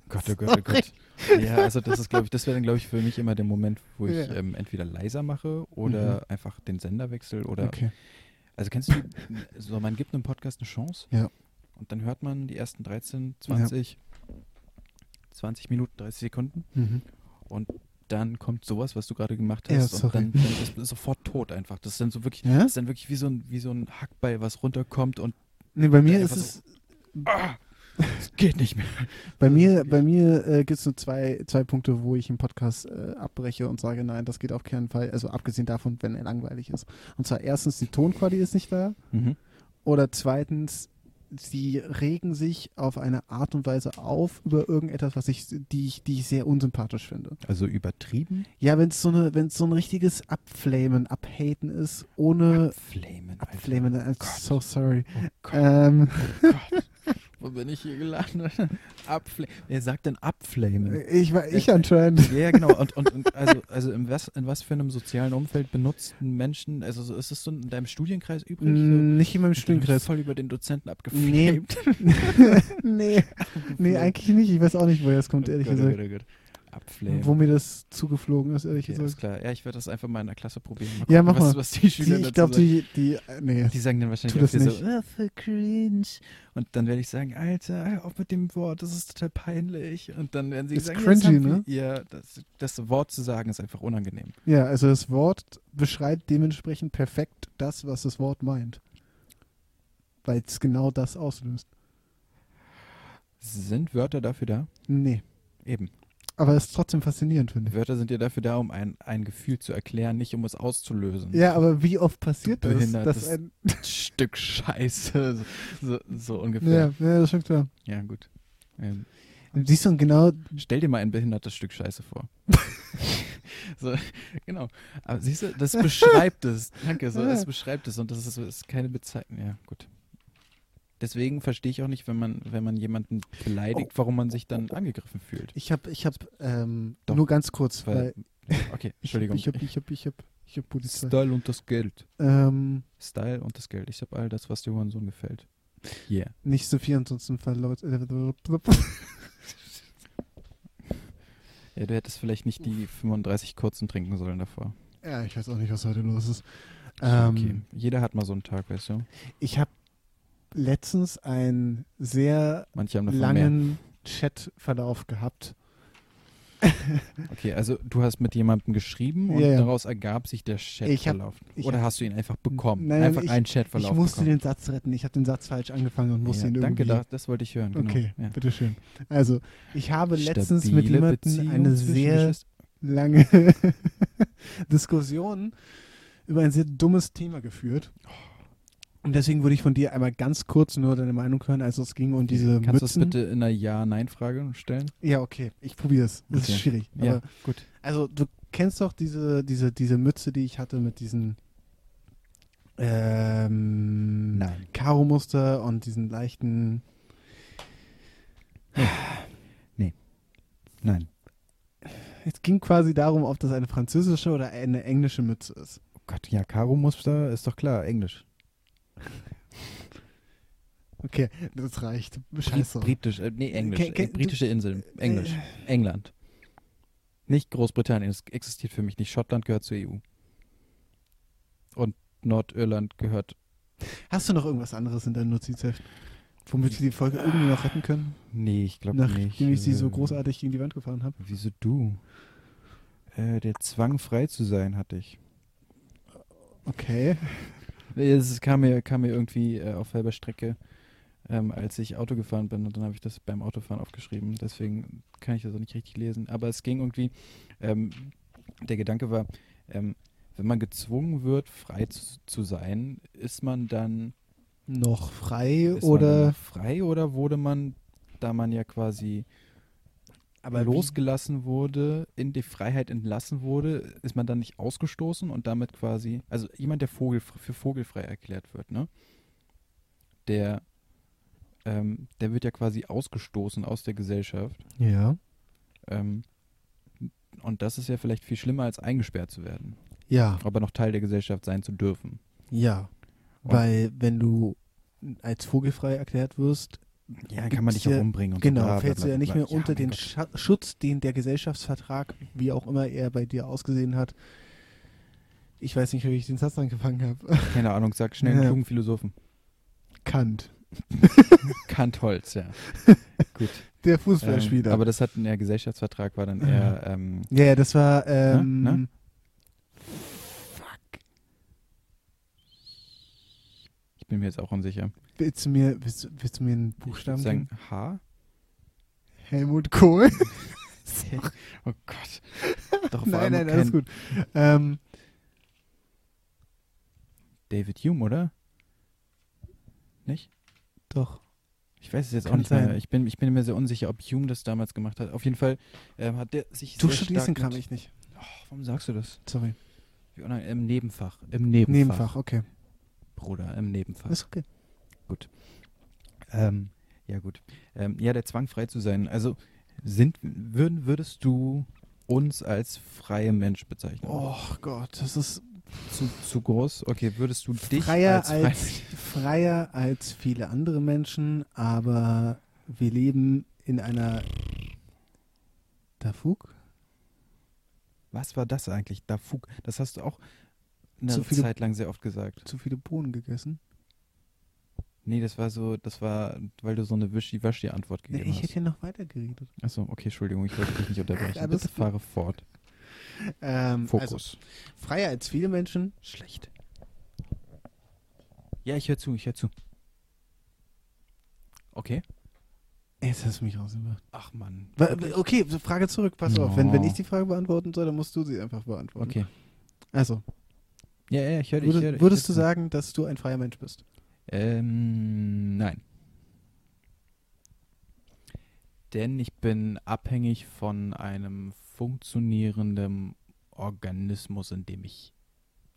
Speaker 6: Gott,
Speaker 2: (laughs)
Speaker 6: oh Gott, oh Gott. Ja, also das ist, glaube ich, das wäre dann, glaube ich, für mich immer der Moment, wo ich
Speaker 2: Ja.
Speaker 6: ähm, entweder leiser mache
Speaker 2: Mhm.
Speaker 6: oder einfach den Sender wechsle oder.
Speaker 2: Okay.
Speaker 6: Also kennst du, die- so man gibt einem Podcast eine Chance
Speaker 2: Ja.
Speaker 6: und dann hört man die ersten 13, 20, 20 Minuten, 30 Sekunden
Speaker 2: Mhm.
Speaker 6: und dann kommt sowas, was du gerade gemacht
Speaker 2: Ja,
Speaker 6: hast
Speaker 2: sorry.
Speaker 6: und dann, dann ist man sofort tot einfach. Das ist dann so wirklich,
Speaker 2: Ja?
Speaker 6: das ist dann wirklich wie so ein, wie so ein Hackbeil, was runterkommt und
Speaker 2: Nee, bei mir
Speaker 6: Ja,
Speaker 2: ist
Speaker 6: einfach
Speaker 2: es,
Speaker 6: so. es geht nicht mehr.
Speaker 2: Bei mir, bei mir äh, gibt es nur zwei, zwei Punkte, wo ich einen Podcast äh, abbreche und sage, nein, das geht auf keinen Fall. Also abgesehen davon, wenn er langweilig ist. Und zwar erstens, die Tonqualität ist nicht da.
Speaker 6: Mhm.
Speaker 2: Oder zweitens, sie regen sich auf eine Art und Weise auf über irgendetwas, was ich, die ich, die ich sehr unsympathisch finde.
Speaker 6: Also übertrieben?
Speaker 2: Ja, wenn es so eine, wenn es so ein richtiges Abflamen, Abhaten ist, ohne
Speaker 6: Flamen.
Speaker 2: Abflamen, I'm
Speaker 6: Oh Gott. Oh
Speaker 2: so sorry.
Speaker 6: Gott.
Speaker 2: Ähm,
Speaker 6: Gott, wo bin ich
Speaker 2: (laughs)
Speaker 6: hier gelandet? Abflamen. Wer sagt denn abflamen?
Speaker 2: ich war ich anscheinend.
Speaker 6: Ja, ja, genau. Und, und, und also, also in, was, in was für einem sozialen Umfeld benutzten Menschen, also so, ist es so in deinem Studienkreis übrig? So?
Speaker 2: Mm, Nicht in meinem
Speaker 6: Ich bin
Speaker 2: Stühlenkreis.
Speaker 6: Voll über den Dozenten
Speaker 2: Nee.
Speaker 6: abgeflamed.
Speaker 2: (laughs) nee. nee, eigentlich nicht. Ich weiß auch nicht, woher es kommt, ehrlich
Speaker 6: Gut,
Speaker 2: gesagt.
Speaker 6: gut, gut, gut. oh Abflamen.
Speaker 2: Wo mir das zugeflogen ist, ehrlich
Speaker 6: okay, alles
Speaker 2: gesagt.
Speaker 6: klar. Ja, ich werde das einfach mal in der Klasse probieren. Mal
Speaker 2: Ja,
Speaker 6: gucken,
Speaker 2: mach
Speaker 6: was,
Speaker 2: mal.
Speaker 6: Was die
Speaker 2: Die,
Speaker 6: Schüler
Speaker 2: ich
Speaker 6: dazu
Speaker 2: glaube,
Speaker 6: sagen.
Speaker 2: die, die, äh, nee.
Speaker 6: Die sagen dann wahrscheinlich
Speaker 2: Tu das
Speaker 6: auch wieder
Speaker 2: nicht.
Speaker 6: so, oh, voll cringe. Und dann werde ich sagen, Alter, auf mit dem Wort, das ist total peinlich. Und dann werden sie
Speaker 2: Ist
Speaker 6: sagen, jetzt
Speaker 2: cringy, ne?
Speaker 6: haben wir- Ja, das, das Wort zu sagen ist einfach unangenehm.
Speaker 2: Ja, also das Wort beschreibt dementsprechend perfekt das, was das Wort meint. Weil es genau das auslöst.
Speaker 6: Sind Wörter dafür da?
Speaker 2: Nee.
Speaker 6: Eben.
Speaker 2: Aber es ist trotzdem faszinierend, finde ich.
Speaker 6: Wörter sind ja dafür da, um ein, ein Gefühl zu erklären, nicht um es auszulösen.
Speaker 2: Ja, aber wie oft passiert
Speaker 6: Du
Speaker 2: das?
Speaker 6: behindertes
Speaker 2: Dass ein,
Speaker 6: Stück Scheiße. So, so, so
Speaker 2: ja,
Speaker 6: ungefähr.
Speaker 2: ja, das ist schon klar.
Speaker 6: Ja, gut. Ähm,
Speaker 2: Siehst du, und genau,
Speaker 6: Stell dir mal ein behindertes Stück Scheiße vor.
Speaker 2: (laughs)
Speaker 6: so, genau. Aber siehst du, das beschreibt es. Danke, so, das beschreibt es und das ist, ist keine Bezeichnung. Ja, gut. Deswegen verstehe ich auch nicht, wenn man, wenn man jemanden beleidigt, warum man sich dann angegriffen fühlt.
Speaker 2: ich habe, ich habe, ähm,
Speaker 6: Doch.
Speaker 2: nur ganz kurz, weil
Speaker 6: Weil, okay,
Speaker 2: ich habe,
Speaker 6: Entschuldigung.
Speaker 2: ich habe, ich habe, ich habe, ich habe Polizei.
Speaker 6: Style und das Geld.
Speaker 2: Ähm,
Speaker 6: Style und das Geld. Ich habe all das, was dem Hurensohn gefällt. Yeah.
Speaker 2: Nicht so viel, ansonsten verläuft. äh,
Speaker 6: Ja, du hättest vielleicht nicht die 35 kurzen trinken sollen davor.
Speaker 2: (laughs) Ja, ich weiß auch nicht, was heute los ist.
Speaker 6: Ist
Speaker 2: Ähm,
Speaker 6: okay. Jeder hat mal so einen Tag, weißt du?
Speaker 2: Ich habe letztens einen sehr
Speaker 6: Manche haben davon mehr.
Speaker 2: langen Chatverlauf gehabt.
Speaker 6: Okay, also du hast mit jemandem geschrieben und
Speaker 2: Ja, ja.
Speaker 6: daraus ergab sich der Chatverlauf.
Speaker 2: ich
Speaker 6: Oder
Speaker 2: hab-
Speaker 6: hast du ihn einfach bekommen?
Speaker 2: Nein, nein,
Speaker 6: einfach
Speaker 2: ich-
Speaker 6: einen Chatverlauf
Speaker 2: ich musste
Speaker 6: bekommen.
Speaker 2: den Satz retten. Ich habe den Satz falsch angefangen und musste
Speaker 6: ja,
Speaker 2: ihn irgendwie.
Speaker 6: danke, da, das wollte ich hören. Genau.
Speaker 2: Okay,
Speaker 6: ja.
Speaker 2: bitteschön. Also, ich habe letztens
Speaker 6: Stabile
Speaker 2: mit jemandem
Speaker 6: Beziehung
Speaker 2: eine
Speaker 6: zwischen
Speaker 2: sehr
Speaker 6: Geschwistern.
Speaker 2: lange (laughs) Diskussion über ein sehr dummes Thema geführt. Und deswegen würde ich von dir einmal ganz kurz nur deine Meinung hören. Also es ging um diese
Speaker 6: Kannst du das
Speaker 2: Mützen.
Speaker 6: bitte in einer Ja-Nein-Frage stellen?
Speaker 2: Ja, okay. Ich probiere es. Das
Speaker 6: Okay.
Speaker 2: ist schwierig. Aber
Speaker 6: ja, gut.
Speaker 2: Also du kennst doch diese, diese, diese Mütze, die ich hatte mit diesen ähm,
Speaker 6: Nein.
Speaker 2: Karo-Muster und diesen leichten.
Speaker 6: Nein.
Speaker 2: Es ging quasi darum, ob das eine französische oder eine englische Mütze ist.
Speaker 6: Oh Gott, ja, Karo-Muster ist doch klar, Englisch.
Speaker 2: Okay, das reicht. Scheiße.
Speaker 6: Scheiße. Britisch, äh, nee, Englisch.
Speaker 2: Ke- ke-
Speaker 6: äh, britische Inseln.
Speaker 2: äh,
Speaker 6: Englisch. England. Nicht Großbritannien, es existiert für mich nicht. Schottland gehört zur EU. Und Nordirland gehört.
Speaker 2: Hast du noch irgendwas anderes in deinem Notizheft? Womit wir die Folge irgendwie noch retten können?
Speaker 6: Nee, ich glaube nicht.
Speaker 2: Nachdem ich sie so
Speaker 6: Äh,
Speaker 2: großartig gegen die Wand gefahren habe.
Speaker 8: Ähm, Wieso du? Äh, der Zwang, frei zu sein, hatte ich.
Speaker 2: Okay.
Speaker 6: Nee, Es kam mir, kam mir irgendwie äh, auf halber Strecke, ähm, als ich Auto gefahren bin und dann habe ich das beim Autofahren aufgeschrieben. Deswegen kann ich das auch nicht richtig lesen. Aber es ging irgendwie, ähm, der Gedanke war, ähm, wenn man gezwungen wird, frei zu, zu sein, ist man dann,
Speaker 2: Noch frei
Speaker 6: ist man dann
Speaker 2: oder
Speaker 6: noch frei oder wurde man, da man ja quasi
Speaker 2: Aber
Speaker 6: losgelassen wurde, in die Freiheit entlassen wurde, ist man dann nicht ausgestoßen und damit quasi, also jemand, der Vogel, für vogelfrei erklärt wird, ne? Der, ähm, der wird ja quasi ausgestoßen aus der Gesellschaft.
Speaker 2: Ja.
Speaker 6: Ähm, und das ist ja vielleicht viel schlimmer, als eingesperrt zu werden,
Speaker 2: Ja,
Speaker 6: aber noch Teil der Gesellschaft sein zu dürfen.
Speaker 2: ja.
Speaker 6: Und-
Speaker 2: Weil wenn du als vogelfrei erklärt wirst,
Speaker 6: Ja,
Speaker 2: kann man dich auch
Speaker 6: umbringen
Speaker 2: genau, fällst du ja nicht mehr unter den Scha Schutz, den der Gesellschaftsvertrag, wie auch immer er bei dir ausgesehen hat. Ich weiß nicht, wie ich den Satz angefangen habe. (laughs)
Speaker 6: Keine Ahnung, sag schnell einen
Speaker 2: Ja.
Speaker 6: klugen Philosophen.
Speaker 2: Kant.
Speaker 6: Kant
Speaker 2: (laughs)
Speaker 6: Holz, ja. Gut.
Speaker 2: Der
Speaker 6: Ähm,
Speaker 2: Fußballspieler.
Speaker 6: aber das hat der Gesellschaftsvertrag war dann eher ähm,
Speaker 2: ja, ja, das war ähm,
Speaker 6: Na? Na? Ich bin mir jetzt auch unsicher.
Speaker 2: Willst du mir, willst, du- willst du mir einen
Speaker 6: Ich würd
Speaker 2: Buchstaben
Speaker 6: sagen
Speaker 2: geben?
Speaker 6: H.
Speaker 2: Helmut Kohl?
Speaker 6: Oh
Speaker 2: (laughs)
Speaker 6: Gott. Darauf war
Speaker 2: nein,
Speaker 6: noch
Speaker 2: nein,
Speaker 6: kein
Speaker 2: alles gut. Ähm,
Speaker 6: David Hume, oder? Nicht?
Speaker 2: doch.
Speaker 6: Ich weiß es jetzt auch
Speaker 2: Kann
Speaker 6: nicht mehr.
Speaker 2: sein.
Speaker 6: Ich bin, ich bin mir sehr unsicher, ob Hume das damals gemacht hat. Auf jeden Fall ähm, hat der sich
Speaker 2: Du
Speaker 6: sehr
Speaker 2: studierst den
Speaker 6: stark
Speaker 2: Kram
Speaker 6: mit-
Speaker 2: ich nicht.
Speaker 6: Oh, warum sagst du das?
Speaker 2: Sorry.
Speaker 6: Wie, nein, Im Nebenfach. Im Nebenfach.
Speaker 2: Nebenfach, okay.
Speaker 6: Bruder, im Nebenfach.
Speaker 2: Ist okay.
Speaker 6: Ähm, ja, gut. Ähm, ja, der Zwang, frei zu sein. Also, sind, würden, würdest du uns als freie Mensch bezeichnen?
Speaker 2: Oh Gott, das ist
Speaker 6: Zu, zu groß? Okay, würdest du dich
Speaker 2: freier
Speaker 6: als, frei-
Speaker 2: als, freier als viele andere Menschen, aber wir leben in einer Dafug?
Speaker 6: Was war das eigentlich? Dafug. Das hast du auch eine
Speaker 2: Zu viele-
Speaker 6: Zeit lang sehr oft gesagt.
Speaker 2: Zu viele Bohnen gegessen?
Speaker 6: Nee, das war so, das war, weil du so eine Wischi-Waschi-Antwort
Speaker 2: Nee,
Speaker 6: gegeben
Speaker 2: ich hätte
Speaker 6: hast.
Speaker 2: ja noch weiter geredet.
Speaker 6: (laughs) Achso, okay, Entschuldigung, ich wollte dich nicht unterbrechen.
Speaker 2: Alles
Speaker 6: Bitte fahre fort.
Speaker 2: Ähm,
Speaker 6: Fokus.
Speaker 2: Also, freier als viele Menschen,
Speaker 6: Schlecht. Ja, ich höre zu, ich höre zu. Okay.
Speaker 2: Jetzt hast du mich rausgebracht.
Speaker 6: Ach Mann.
Speaker 2: Wa- wa- Okay, Frage zurück, pass auf. Wenn, wenn
Speaker 6: No.
Speaker 2: ich die Frage beantworten soll, dann musst du sie einfach beantworten.
Speaker 6: Okay.
Speaker 2: Also,
Speaker 6: Ja, ja, ich höre dich.
Speaker 2: würdest,
Speaker 6: hör, dich,
Speaker 2: würdest du
Speaker 6: ich hör
Speaker 2: sagen, dass du ein freier Mensch bist?
Speaker 6: dich. Ähm, nein. Denn ich bin abhängig von einem funktionierenden Organismus, in dem ich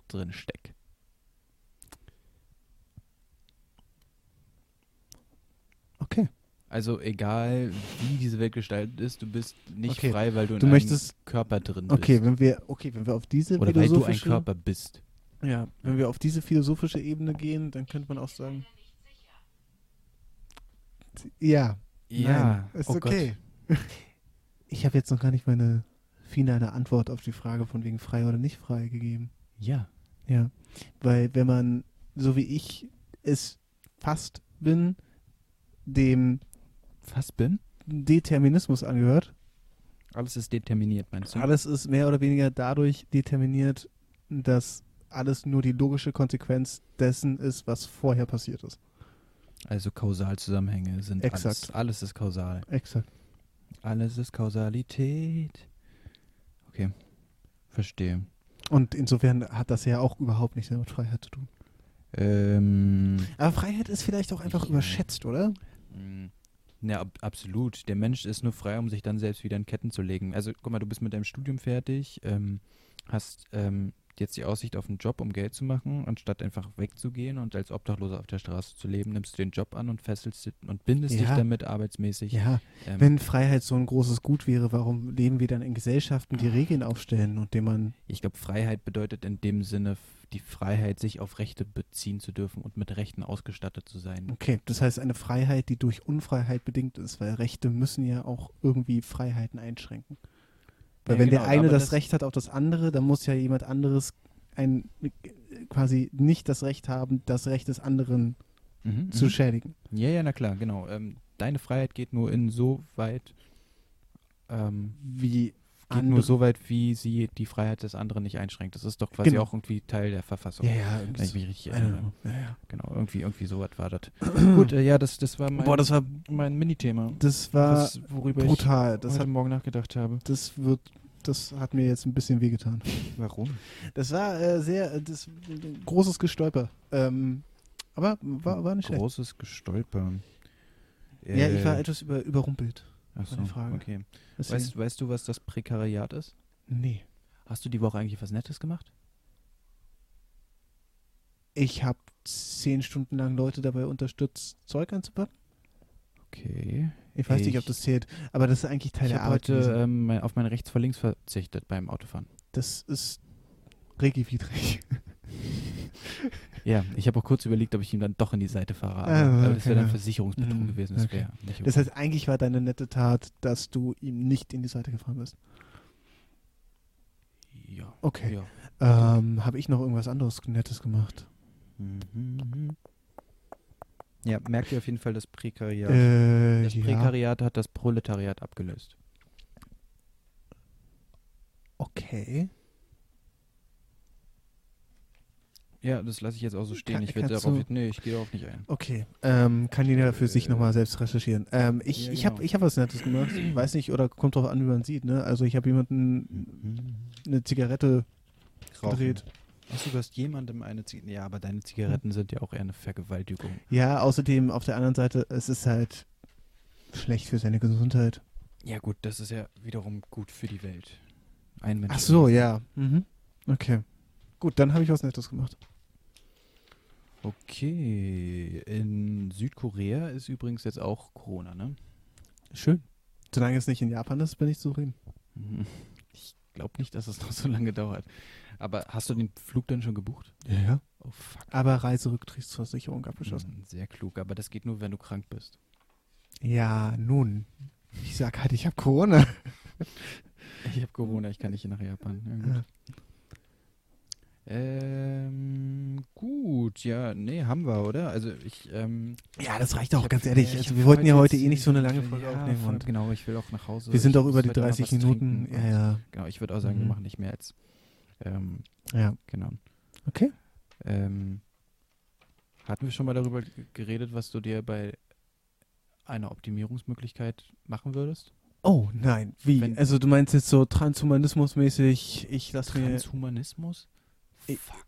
Speaker 6: drin stecke.
Speaker 2: Okay.
Speaker 6: Also egal, wie diese Welt gestaltet ist, du bist nicht
Speaker 2: Okay.
Speaker 6: frei, weil du in
Speaker 2: Du
Speaker 6: einem
Speaker 2: möchtest-
Speaker 6: Körper drin bist.
Speaker 2: Okay, wenn wir, okay, wenn wir auf diese
Speaker 6: Oder weil du ein
Speaker 2: philosophische-
Speaker 6: Körper bist.
Speaker 2: Ja, wenn wir auf diese philosophische Ebene gehen, dann könnte man auch sagen. Ja, nein, ist
Speaker 6: oh
Speaker 2: okay. (laughs) Ich habe jetzt noch gar nicht meine finale Antwort auf die Frage von wegen frei oder nicht frei gegeben.
Speaker 6: Gott. Ja.
Speaker 2: Ja, weil wenn man, so wie ich es fast bin, dem
Speaker 6: Was bin?
Speaker 2: Determinismus angehört,
Speaker 6: Alles ist determiniert, meinst du?
Speaker 2: alles ist mehr oder weniger dadurch determiniert, dass alles nur die logische Konsequenz dessen ist, was vorher passiert ist.
Speaker 6: Also Kausalzusammenhänge sind
Speaker 2: Exakt.
Speaker 6: alles. Alles ist kausal.
Speaker 2: Exakt.
Speaker 6: Alles ist Kausalität. Okay. Verstehe.
Speaker 2: Und insofern hat das ja auch überhaupt nichts mehr mit Freiheit zu tun.
Speaker 6: Ähm,
Speaker 2: Aber Freiheit ist vielleicht auch einfach
Speaker 6: Ja.
Speaker 2: überschätzt, oder?
Speaker 6: mh, na, ab, absolut. Der Mensch ist nur frei, um sich dann selbst wieder in Ketten zu legen. Also, guck mal, du bist mit deinem Studium fertig, ähm, hast ähm, jetzt die Aussicht auf einen Job, um Geld zu machen, anstatt einfach wegzugehen und als Obdachloser auf der Straße zu leben, nimmst du den Job an und fesselst di- und bindest dich
Speaker 2: Ja.
Speaker 6: damit arbeitsmäßig.
Speaker 2: Ja,
Speaker 6: ähm,
Speaker 2: wenn Freiheit so ein großes Gut wäre, warum leben wir dann in Gesellschaften, die Regeln aufstellen und dem man
Speaker 6: ich glaube, Freiheit bedeutet in dem Sinne f- die Freiheit, sich auf Rechte beziehen zu dürfen und mit Rechten ausgestattet zu sein.
Speaker 2: Okay, das heißt eine Freiheit, die durch Unfreiheit bedingt ist, weil Rechte müssen ja auch irgendwie Freiheiten einschränken. Weil
Speaker 6: Ja,
Speaker 2: wenn der
Speaker 6: genau,
Speaker 2: eine
Speaker 6: aber
Speaker 2: das,
Speaker 6: das-
Speaker 2: Recht hat auf das andere, dann muss ja jemand anderes ein, quasi nicht das Recht haben, das Recht des anderen
Speaker 6: Mhm,
Speaker 2: zu
Speaker 6: mhm.
Speaker 2: schädigen.
Speaker 6: Ja, ja, na klar, genau. Ähm, deine Freiheit geht nur insoweit, ähm,
Speaker 2: Wie
Speaker 6: geht nur so weit, wie sie die Freiheit des anderen nicht einschränkt. Das ist doch quasi
Speaker 2: Genau.
Speaker 6: auch irgendwie Teil der Verfassung.
Speaker 2: Ja, ja, irgendwie
Speaker 6: Wenn ich
Speaker 2: so.
Speaker 6: mich richtig
Speaker 2: I don't
Speaker 6: erinnere.
Speaker 2: know. ja, ja.
Speaker 6: Genau, irgendwie, irgendwie sowas
Speaker 2: (clears throat)
Speaker 6: war das. Gut, äh, ja, das, das war mein,
Speaker 2: Boah, das war,
Speaker 6: mein Minithema.
Speaker 2: das war
Speaker 6: was, worüber
Speaker 2: brutal.
Speaker 6: ich
Speaker 2: Das
Speaker 6: heute
Speaker 2: hat,
Speaker 6: Morgen nachgedacht habe.
Speaker 2: das wird, das hat mir jetzt ein bisschen wehgetan.
Speaker 6: Warum?
Speaker 2: Das war äh, sehr, äh, das großes Gestolper. Ähm, aber war, war nicht schlecht.
Speaker 6: Großes Gestolper.
Speaker 2: Ja, ich war etwas über, überrumpelt.
Speaker 6: achso,
Speaker 2: meine Frage.
Speaker 6: Okay.
Speaker 2: Deswegen-
Speaker 6: Weißt, weißt du, was das Prekariat ist?
Speaker 2: nee.
Speaker 6: Hast du die Woche eigentlich was Nettes gemacht?
Speaker 2: Ich habe zehn Stunden lang Leute dabei unterstützt, Zeug einzupacken.
Speaker 6: Okay.
Speaker 2: Ich weiß nicht,
Speaker 6: Ich-
Speaker 2: ob das zählt, aber das ist eigentlich Teil
Speaker 6: ich
Speaker 2: der
Speaker 6: habe
Speaker 2: Arbeit.
Speaker 6: heute
Speaker 2: gewesen.
Speaker 6: ähm, mein- auf mein Rechts vor links verzichtet beim Autofahren.
Speaker 2: das ist regelwidrig.
Speaker 6: Ja, ich habe auch kurz überlegt, ob ich ihm dann doch in die Seite fahre. Aber,
Speaker 2: Ah,
Speaker 6: aber das
Speaker 2: okay,
Speaker 6: wäre dann
Speaker 2: ja.
Speaker 6: Versicherungsbetrug
Speaker 2: Mhm,
Speaker 6: gewesen. Das
Speaker 2: okay.
Speaker 6: wäre nicht okay.
Speaker 2: Das heißt, eigentlich war deine nette Tat, dass du ihm nicht in die Seite gefahren bist.
Speaker 6: ja.
Speaker 2: Okay.
Speaker 6: ja.
Speaker 2: Ähm, habe ich noch irgendwas anderes Nettes gemacht?
Speaker 6: Mhm. Ja, merkt ihr auf jeden Fall das Prekariat.
Speaker 2: Äh,
Speaker 6: das
Speaker 2: ja.
Speaker 6: Prekariat hat das Proletariat abgelöst.
Speaker 2: Okay.
Speaker 6: Ja, das lasse ich jetzt auch so stehen.
Speaker 2: Ka-
Speaker 6: ich werde
Speaker 2: kannst
Speaker 6: darauf,
Speaker 2: du-
Speaker 6: jetzt- nee, ich gehe darauf nicht ein.
Speaker 2: Okay, ähm, kann jeder für sich nochmal selbst recherchieren. Ähm, ich
Speaker 6: ja,
Speaker 2: ich habe
Speaker 6: genau.
Speaker 2: ich hab was Nettes gemacht, weiß nicht, oder kommt drauf an, wie man sieht. Ne? Also ich habe jemanden eine Zigarette gedreht.
Speaker 6: Achso, du hast jemandem eine Zigarette. Ja, aber deine Zigaretten sind ja auch eher eine Vergewaltigung.
Speaker 2: Ja, außerdem auf der anderen Seite, es ist halt schlecht für seine Gesundheit.
Speaker 6: Ja, gut, das ist ja wiederum gut für die Welt. Ein Mensch.
Speaker 2: Ach so, ja. Mhm. Okay. Gut, dann habe ich was Nettes gemacht.
Speaker 6: Okay. In Südkorea ist übrigens jetzt auch Corona, ne? (laughs) Schön.
Speaker 2: Solange es nicht in Japan ist, bin ich zufrieden.
Speaker 6: Ich glaube nicht, dass es noch so lange dauert. Aber hast du den Flug dann schon gebucht?
Speaker 2: Ja, ja.
Speaker 6: Oh fuck.
Speaker 2: Aber Reiserücktrittsversicherung abgeschlossen.
Speaker 6: Mhm, Sehr klug, aber das geht nur, wenn du krank bist.
Speaker 2: Ja, nun. Ich sag halt, ich habe Corona.
Speaker 6: Ich habe Corona, ich kann nicht nach Japan. Ja, gut. Ähm, gut, ja, nee, haben wir, oder? Also ich, ähm,
Speaker 2: Ja, das reicht auch,
Speaker 6: hab-
Speaker 2: ganz ehrlich.
Speaker 6: ja, ich
Speaker 2: Also
Speaker 6: hab
Speaker 2: wir wollten ja heute
Speaker 6: jetzt-
Speaker 2: eh nicht so eine lange Folge
Speaker 6: ja,
Speaker 2: aufnehmen.
Speaker 6: voll,
Speaker 2: Und
Speaker 6: genau, ich will auch nach Hause.
Speaker 2: Wir sind
Speaker 6: ich
Speaker 2: auch
Speaker 6: muss
Speaker 2: über die
Speaker 6: heute noch
Speaker 2: 30
Speaker 6: was
Speaker 2: Minuten.
Speaker 6: trinken
Speaker 2: Ja,
Speaker 6: und-
Speaker 2: ja,
Speaker 6: Genau, ich würde auch sagen, wir
Speaker 2: Mhm.
Speaker 6: machen nicht mehr als. Ähm,
Speaker 2: ja.
Speaker 6: genau.
Speaker 2: Okay.
Speaker 6: Ähm, hatten wir schon mal darüber g- geredet, was du dir bei einer Optimierungsmöglichkeit machen würdest?
Speaker 2: Oh, nein. Wie?
Speaker 6: Wenn-
Speaker 2: also du meinst jetzt so Transhumanismus-mäßig, ich lasse mir,
Speaker 6: Transhumanismus?
Speaker 2: Ich-
Speaker 6: Fuck.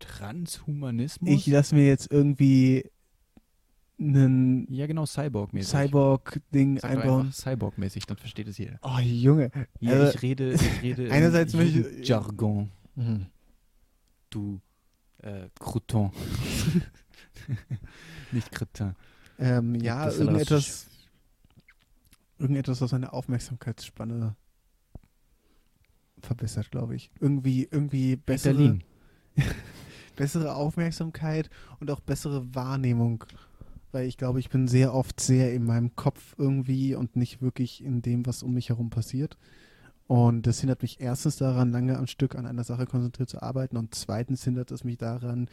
Speaker 6: Transhumanismus?
Speaker 2: ich lass mir jetzt irgendwie einen
Speaker 6: ja, genau, Cyborg-mäßig.
Speaker 2: Cyborg-Ding
Speaker 6: Sag doch
Speaker 2: einbauen.
Speaker 6: einfach Cyborg-mäßig, dann versteht es jeder.
Speaker 2: Oh, Junge.
Speaker 6: Ja,
Speaker 2: Also,
Speaker 6: ich rede, ich
Speaker 2: (laughs)
Speaker 6: rede im
Speaker 2: einerseits möchte ich-
Speaker 6: Jargon, du äh, Crouton. (laughs) Nicht Kretin.
Speaker 2: Ähm, ja,
Speaker 6: Das ist aber
Speaker 2: irgendetwas, irgendetwas, was meine Aufmerksamkeitsspanne verbessert, glaube ich. Irgendwie, irgendwie bessere...
Speaker 6: Ritalin.
Speaker 2: bessere Aufmerksamkeit und auch bessere Wahrnehmung. Weil ich glaube, ich bin sehr oft sehr in meinem Kopf irgendwie und nicht wirklich in dem, was um mich herum passiert. Und das hindert mich erstens daran, lange am Stück an einer Sache konzentriert zu arbeiten und zweitens hindert es mich daran,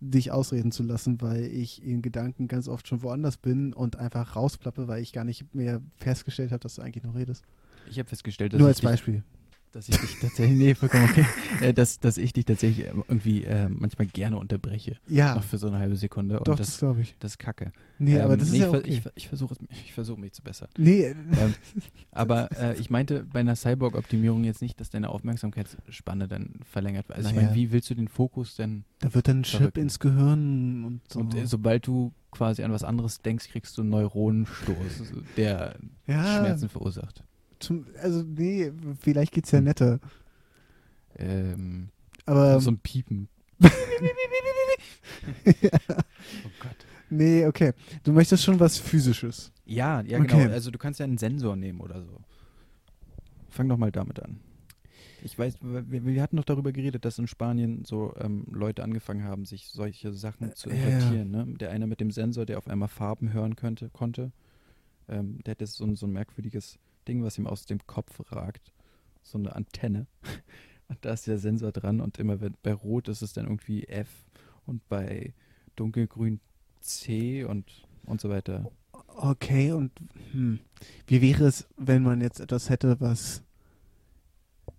Speaker 2: dich ausreden zu lassen, weil ich in Gedanken ganz oft schon woanders bin und einfach rausplappe, weil ich gar nicht mehr festgestellt habe, dass du eigentlich noch redest.
Speaker 6: Ich habe festgestellt, dass
Speaker 2: Nur
Speaker 6: ich
Speaker 2: als
Speaker 6: dich
Speaker 2: Beispiel.
Speaker 6: dass ich dich tatsächlich, nee, vollkommen okay, (laughs) äh, dass, dass ich dich tatsächlich ähm, irgendwie äh, manchmal gerne unterbreche.
Speaker 2: Ja,
Speaker 6: Noch für so eine halbe Sekunde. Und
Speaker 2: doch, das,
Speaker 6: das,
Speaker 2: glaube ich.
Speaker 6: das ist kacke.
Speaker 2: Nee, aber
Speaker 6: Ähm,
Speaker 2: das
Speaker 6: nee,
Speaker 2: ist ja
Speaker 6: ich, ver-
Speaker 2: okay.
Speaker 6: ich, ver- ich versuche es- ich versuch mich
Speaker 2: (laughs)
Speaker 6: zu bessern.
Speaker 2: nee,
Speaker 6: Ähm, aber äh, ich meinte bei einer Cyborg-Optimierung jetzt nicht, dass deine Aufmerksamkeitsspanne dann verlängert wird. Also ich
Speaker 2: Naja.
Speaker 6: meine, wie willst du den Fokus denn?
Speaker 2: da wird dann ein Chip
Speaker 6: Verrückten.
Speaker 2: ins Gehirn und so.
Speaker 6: Und äh, sobald du quasi an was anderes denkst, kriegst du einen Neuronenstoß, der
Speaker 2: Ja,
Speaker 6: Schmerzen verursacht.
Speaker 2: Hm. Zum, also nee, vielleicht geht's ja netter.
Speaker 6: Ähm,
Speaker 2: Aber
Speaker 9: so ein
Speaker 6: (laughs)
Speaker 9: Piepen. (laughs)
Speaker 6: Oh Gott.
Speaker 2: nee, okay. Du möchtest schon was Physisches.
Speaker 6: Ja, ja,
Speaker 2: Okay.
Speaker 6: genau. Also du kannst ja einen Sensor nehmen oder so. Fang doch mal damit an. Ich weiß, wir, wir hatten doch darüber geredet, dass in Spanien so ähm, Leute angefangen haben, sich solche Sachen zu
Speaker 2: Äh, ja, ja.
Speaker 6: interpretieren. Ne? Der eine mit dem Sensor, der auf einmal Farben hören könnte, konnte. Ähm, der hat jetzt so ein, so ein merkwürdiges Ding, was ihm aus dem Kopf ragt. So eine Antenne. (laughs) Und da ist der Sensor dran und immer wenn bei Rot ist es dann irgendwie F und bei dunkelgrün C und, und so weiter.
Speaker 2: Okay, und hm, wie wäre es, wenn man jetzt etwas hätte, was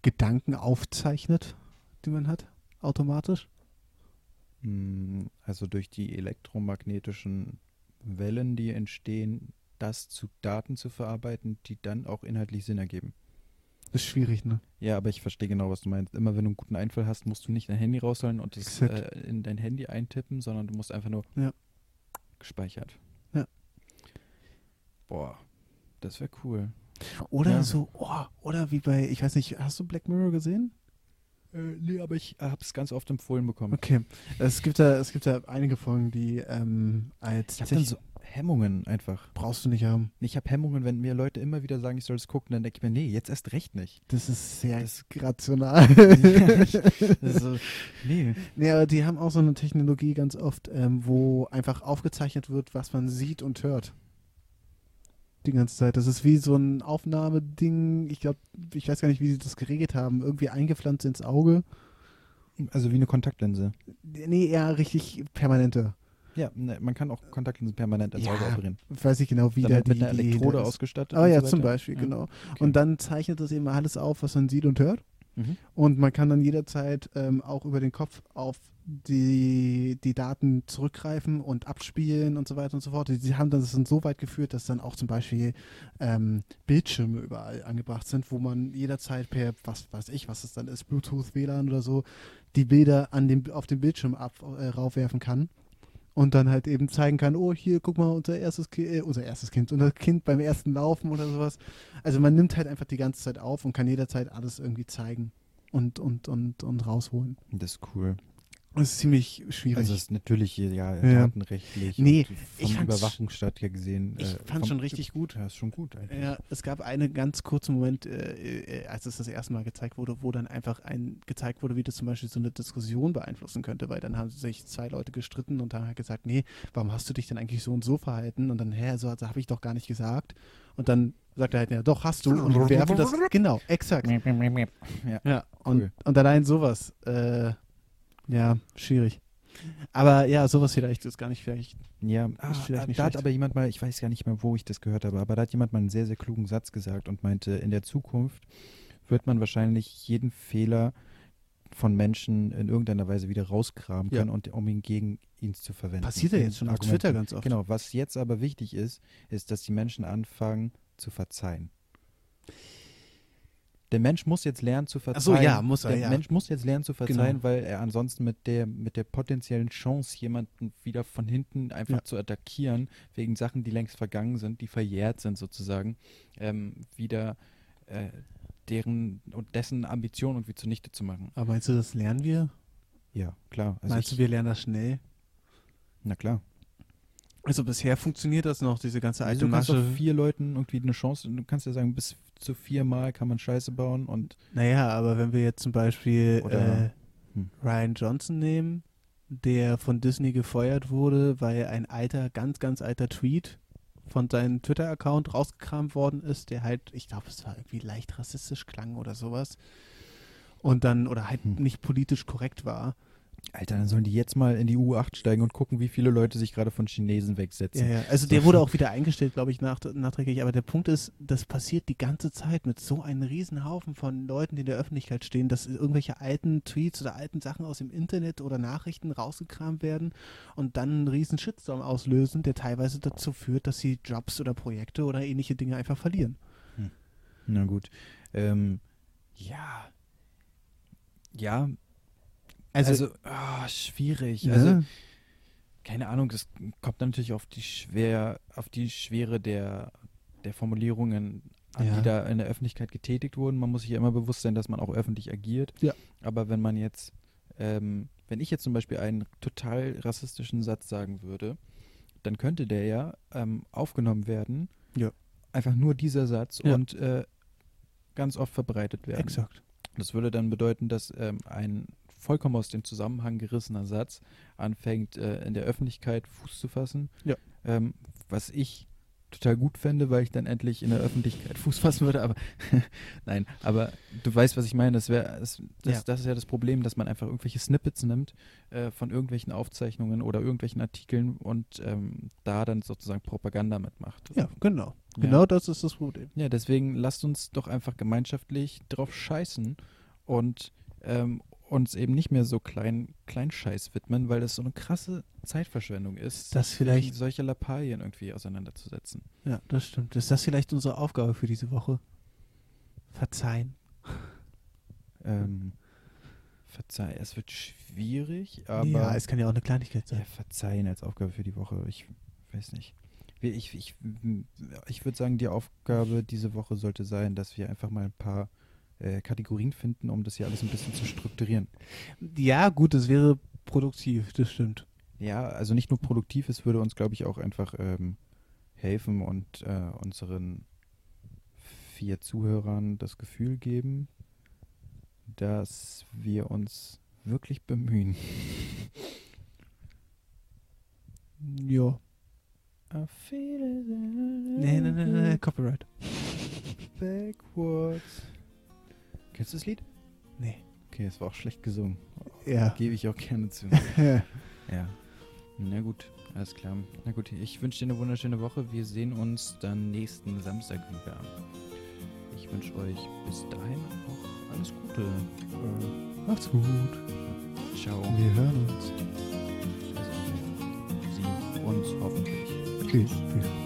Speaker 2: Gedanken aufzeichnet, die man hat, automatisch?
Speaker 6: Mm, Also durch die elektromagnetischen Wellen, die entstehen, das zu Daten zu verarbeiten, die dann auch inhaltlich Sinn ergeben.
Speaker 2: Ist schwierig, ne?
Speaker 6: Ja, aber ich verstehe genau, was du meinst. Immer wenn du einen guten Einfall hast, musst du nicht dein Handy rausholen und das
Speaker 2: Exakt.
Speaker 6: äh, in dein Handy eintippen, sondern du musst einfach nur
Speaker 2: Ja.
Speaker 6: gespeichert.
Speaker 2: Ja.
Speaker 6: Boah, das wäre cool.
Speaker 2: Oder
Speaker 6: Ja.
Speaker 2: so, oh, oder wie bei, ich weiß nicht, hast du Black Mirror gesehen?
Speaker 6: Äh, nee, aber ich habe es ganz oft empfohlen bekommen.
Speaker 2: Okay. Es gibt da, es gibt da einige Folgen, die ähm, als
Speaker 6: Ich habe dann so Hemmungen einfach.
Speaker 2: brauchst du nicht haben.
Speaker 6: Ich habe Hemmungen, wenn mir Leute immer wieder sagen, ich soll es gucken, dann denke ich mir, nee, jetzt erst recht nicht.
Speaker 2: Das ist sehr
Speaker 6: Das-
Speaker 2: rational. (laughs)
Speaker 6: Das ist so, nee.
Speaker 2: nee, aber die haben auch so eine Technologie ganz oft, ähm, wo einfach aufgezeichnet wird, was man sieht und hört. Die ganze Zeit. Das ist wie so ein Aufnahmeding. Ich glaube, ich weiß gar nicht, wie sie das geregelt haben. Irgendwie eingepflanzt ins Auge.
Speaker 6: Also wie eine Kontaktlinse.
Speaker 2: Nee, eher richtig permanente.
Speaker 6: Ja, ne, man kann auch Kontaktlinsen permanent als
Speaker 2: Ja,
Speaker 6: Auge operieren.
Speaker 2: Ich weiß nicht genau, wie
Speaker 6: Dann
Speaker 2: da
Speaker 6: halt mit
Speaker 2: die,
Speaker 6: einer
Speaker 2: die
Speaker 6: Elektrode
Speaker 2: das-
Speaker 6: ausgestattet.
Speaker 2: Ah
Speaker 6: und
Speaker 2: ja,
Speaker 6: so
Speaker 2: zum
Speaker 6: weiter.
Speaker 2: Beispiel,
Speaker 6: Ja.
Speaker 2: genau.
Speaker 6: okay.
Speaker 2: Und dann zeichnet das eben alles auf, was man sieht und hört.
Speaker 6: Mhm.
Speaker 2: Und man kann dann jederzeit ähm, auch über den Kopf auf die, die Daten zurückgreifen und abspielen und so weiter und so fort. Sie haben das dann so weit geführt, dass dann auch zum Beispiel ähm, Bildschirme überall angebracht sind, wo man jederzeit per, was weiß ich, was es dann ist, Bluetooth, WLAN oder so, die Bilder an dem, auf den Bildschirm ab, äh, raufwerfen kann und dann halt eben zeigen kann, oh hier, guck mal, unser erstes Kind, äh, unser erstes Kind, unser Kind beim ersten Laufen oder sowas. Also man nimmt halt einfach die ganze Zeit auf und kann jederzeit alles irgendwie zeigen und, und, und, und rausholen.
Speaker 6: Das ist cool.
Speaker 2: Das ist ziemlich schwierig.
Speaker 6: Also es ist natürlich hier, ja,
Speaker 2: Ja.
Speaker 6: datenrechtlich
Speaker 2: Nee,
Speaker 6: und vom
Speaker 2: ich fand's-
Speaker 6: Überwachungsstaat ja gesehen. äh,
Speaker 2: ich fand's
Speaker 6: vom-
Speaker 2: schon richtig gut.
Speaker 6: Ja, ist schon gut eigentlich.
Speaker 2: ja, es gab einen ganz kurzen Moment, äh, äh, als es das erste Mal gezeigt wurde, wo dann einfach ein gezeigt wurde, wie das zum Beispiel so eine Diskussion beeinflussen könnte, weil dann haben sich zwei Leute gestritten und haben halt gesagt, nee, warum hast du dich denn eigentlich so und so verhalten? Und dann, hä, so also, habe ich doch gar nicht gesagt. Und dann sagt er halt, ja, doch, hast du. Und werfen das, genau, exakt. Ja, und,
Speaker 6: Cool.
Speaker 2: und allein sowas, äh, ja, schwierig. Aber ja, sowas vielleicht ist gar nicht vielleicht.
Speaker 6: Ja, ah,
Speaker 2: vielleicht
Speaker 6: ah,
Speaker 2: nicht
Speaker 6: da hat
Speaker 2: schlecht.
Speaker 6: aber jemand mal, ich weiß gar nicht mehr, wo ich das gehört habe, aber da hat jemand mal einen sehr, sehr klugen Satz gesagt und meinte, in der Zukunft wird man wahrscheinlich jeden Fehler von Menschen in irgendeiner Weise wieder rausgraben
Speaker 2: Ja.
Speaker 6: können und um ihn gegen ihn zu verwenden.
Speaker 2: Passiert ja
Speaker 6: In
Speaker 2: jetzt schon auf
Speaker 6: Argumenten.
Speaker 2: Twitter ganz oft.
Speaker 6: Genau, was jetzt aber wichtig ist, ist, dass die Menschen anfangen zu verzeihen. Der Mensch muss jetzt lernen zu
Speaker 2: Ach
Speaker 6: verzeihen.
Speaker 2: so, ja, muss er,
Speaker 6: Der
Speaker 2: ja. Genau.
Speaker 6: Mensch muss jetzt lernen zu verzeihen, weil er ansonsten mit der, mit der potenziellen Chance, jemanden wieder von hinten einfach
Speaker 2: Ja.
Speaker 6: zu attackieren, wegen Sachen, die längst vergangen sind, die verjährt sind sozusagen, ähm, wieder äh, deren und dessen Ambition irgendwie zunichte zu machen.
Speaker 2: Aber meinst du, das lernen wir?
Speaker 6: Ja, klar. Also
Speaker 2: meinst
Speaker 6: ich,
Speaker 2: du, wir lernen das schnell?
Speaker 6: na klar.
Speaker 2: Also bisher funktioniert das noch, diese ganze alte
Speaker 6: Also du kannst doch
Speaker 2: Masche.
Speaker 6: vier Leuten irgendwie eine Chance, du kannst ja sagen, bis zu viermal kann man Scheiße bauen und
Speaker 2: Naja, aber wenn wir jetzt zum Beispiel
Speaker 6: Oder-
Speaker 2: äh,
Speaker 6: hm.
Speaker 2: Ryan Johnson nehmen, der von Disney gefeuert wurde, weil ein alter, ganz, ganz alter Tweet von seinem Twitter-Account rausgekramt worden ist, der halt, ich glaube, es war irgendwie leicht rassistisch klang oder sowas. Und dann, oder halt
Speaker 6: Hm.
Speaker 2: nicht politisch korrekt war.
Speaker 6: Alter, dann sollen die jetzt mal in die U8 steigen und gucken, wie viele Leute sich gerade von Chinesen wegsetzen.
Speaker 2: Also der wurde auch wieder eingestellt, glaube ich, nach, nachträglich. Aber der Punkt ist, das passiert die ganze Zeit mit so einem riesen Haufen von Leuten, die in der Öffentlichkeit stehen, dass irgendwelche alten Tweets oder alten Sachen aus dem Internet oder Nachrichten rausgekramt werden und dann einen riesen Shitstorm auslösen, der teilweise dazu führt, dass sie Jobs oder Projekte oder ähnliche Dinge einfach verlieren.
Speaker 6: Na gut. Ähm, ja. Ja. Also, ah, schwierig.
Speaker 2: ne?
Speaker 6: Also, keine Ahnung, das kommt natürlich auf die schwer, auf die Schwere der, der Formulierungen an,
Speaker 2: Ja.
Speaker 6: die da in der Öffentlichkeit getätigt wurden. Man muss sich ja immer bewusst sein, dass man auch öffentlich agiert.
Speaker 2: Ja.
Speaker 6: Aber wenn man jetzt ähm, wenn ich jetzt zum Beispiel einen total rassistischen Satz sagen würde, dann könnte der ja ähm, aufgenommen werden.
Speaker 2: Ja.
Speaker 6: Einfach nur dieser Satz
Speaker 2: Ja.
Speaker 6: und äh, ganz oft verbreitet werden.
Speaker 2: Exakt.
Speaker 6: Das würde dann bedeuten, dass ähm, ein vollkommen aus dem Zusammenhang gerissener Satz anfängt, äh, in der Öffentlichkeit Fuß zu fassen.
Speaker 2: Ja.
Speaker 6: Ähm, was ich total gut fände, weil ich dann endlich in der Öffentlichkeit Fuß fassen würde, aber (laughs) nein, aber du weißt, was ich meine. Das wäre das, das,
Speaker 2: Ja.
Speaker 6: das ist ja das Problem, dass man einfach irgendwelche Snippets nimmt äh, von irgendwelchen Aufzeichnungen oder irgendwelchen Artikeln und ähm, da dann sozusagen Propaganda mitmacht.
Speaker 2: Ja, genau.
Speaker 6: Ja.
Speaker 2: Genau das ist das Problem.
Speaker 6: Ja, deswegen lasst uns doch einfach gemeinschaftlich drauf scheißen und ähm, uns eben nicht mehr so klein, Kleinscheiß widmen, weil das so eine krasse Zeitverschwendung ist,
Speaker 2: Das
Speaker 6: sich
Speaker 2: vielleicht,
Speaker 6: solche Lappalien irgendwie auseinanderzusetzen.
Speaker 2: ja, das stimmt. Ist das vielleicht unsere Aufgabe für diese Woche? Verzeihen.
Speaker 6: Ähm, verzeih, es wird schwierig, aber
Speaker 2: ja, es kann ja auch eine Kleinigkeit
Speaker 6: ja,
Speaker 2: sein.
Speaker 6: verzeihen als Aufgabe für die Woche, ich weiß nicht. Wir- Ich, ich, ich würde sagen, die Aufgabe diese Woche sollte sein, dass wir einfach mal ein paar äh, Kategorien finden, um das hier alles ein bisschen zu strukturieren.
Speaker 2: Ja, gut, das wäre produktiv, das stimmt.
Speaker 6: Ja, also nicht nur produktiv, es würde uns, glaube ich, auch einfach ähm, helfen und äh, unseren vier Zuhörern das Gefühl geben, dass wir uns wirklich bemühen.
Speaker 2: Ja. Nee, nee, nee, nee, Copyright.
Speaker 6: Backwards. Kennst du das Lied?
Speaker 2: Nee.
Speaker 6: Okay, es war auch schlecht gesungen.
Speaker 2: Ja.
Speaker 6: Gebe ich auch gerne zu. Ja. Na gut, alles klar. Na gut, ich wünsche dir eine wunderschöne Woche. Wir sehen uns dann nächsten Samstag wieder. Ich wünsche euch bis dahin auch alles Gute.
Speaker 2: (laughs) Macht's gut.
Speaker 6: Ciao.
Speaker 2: Wir hören uns.
Speaker 6: Also, Sie uns hoffentlich.
Speaker 2: Tschüss. Tschüss.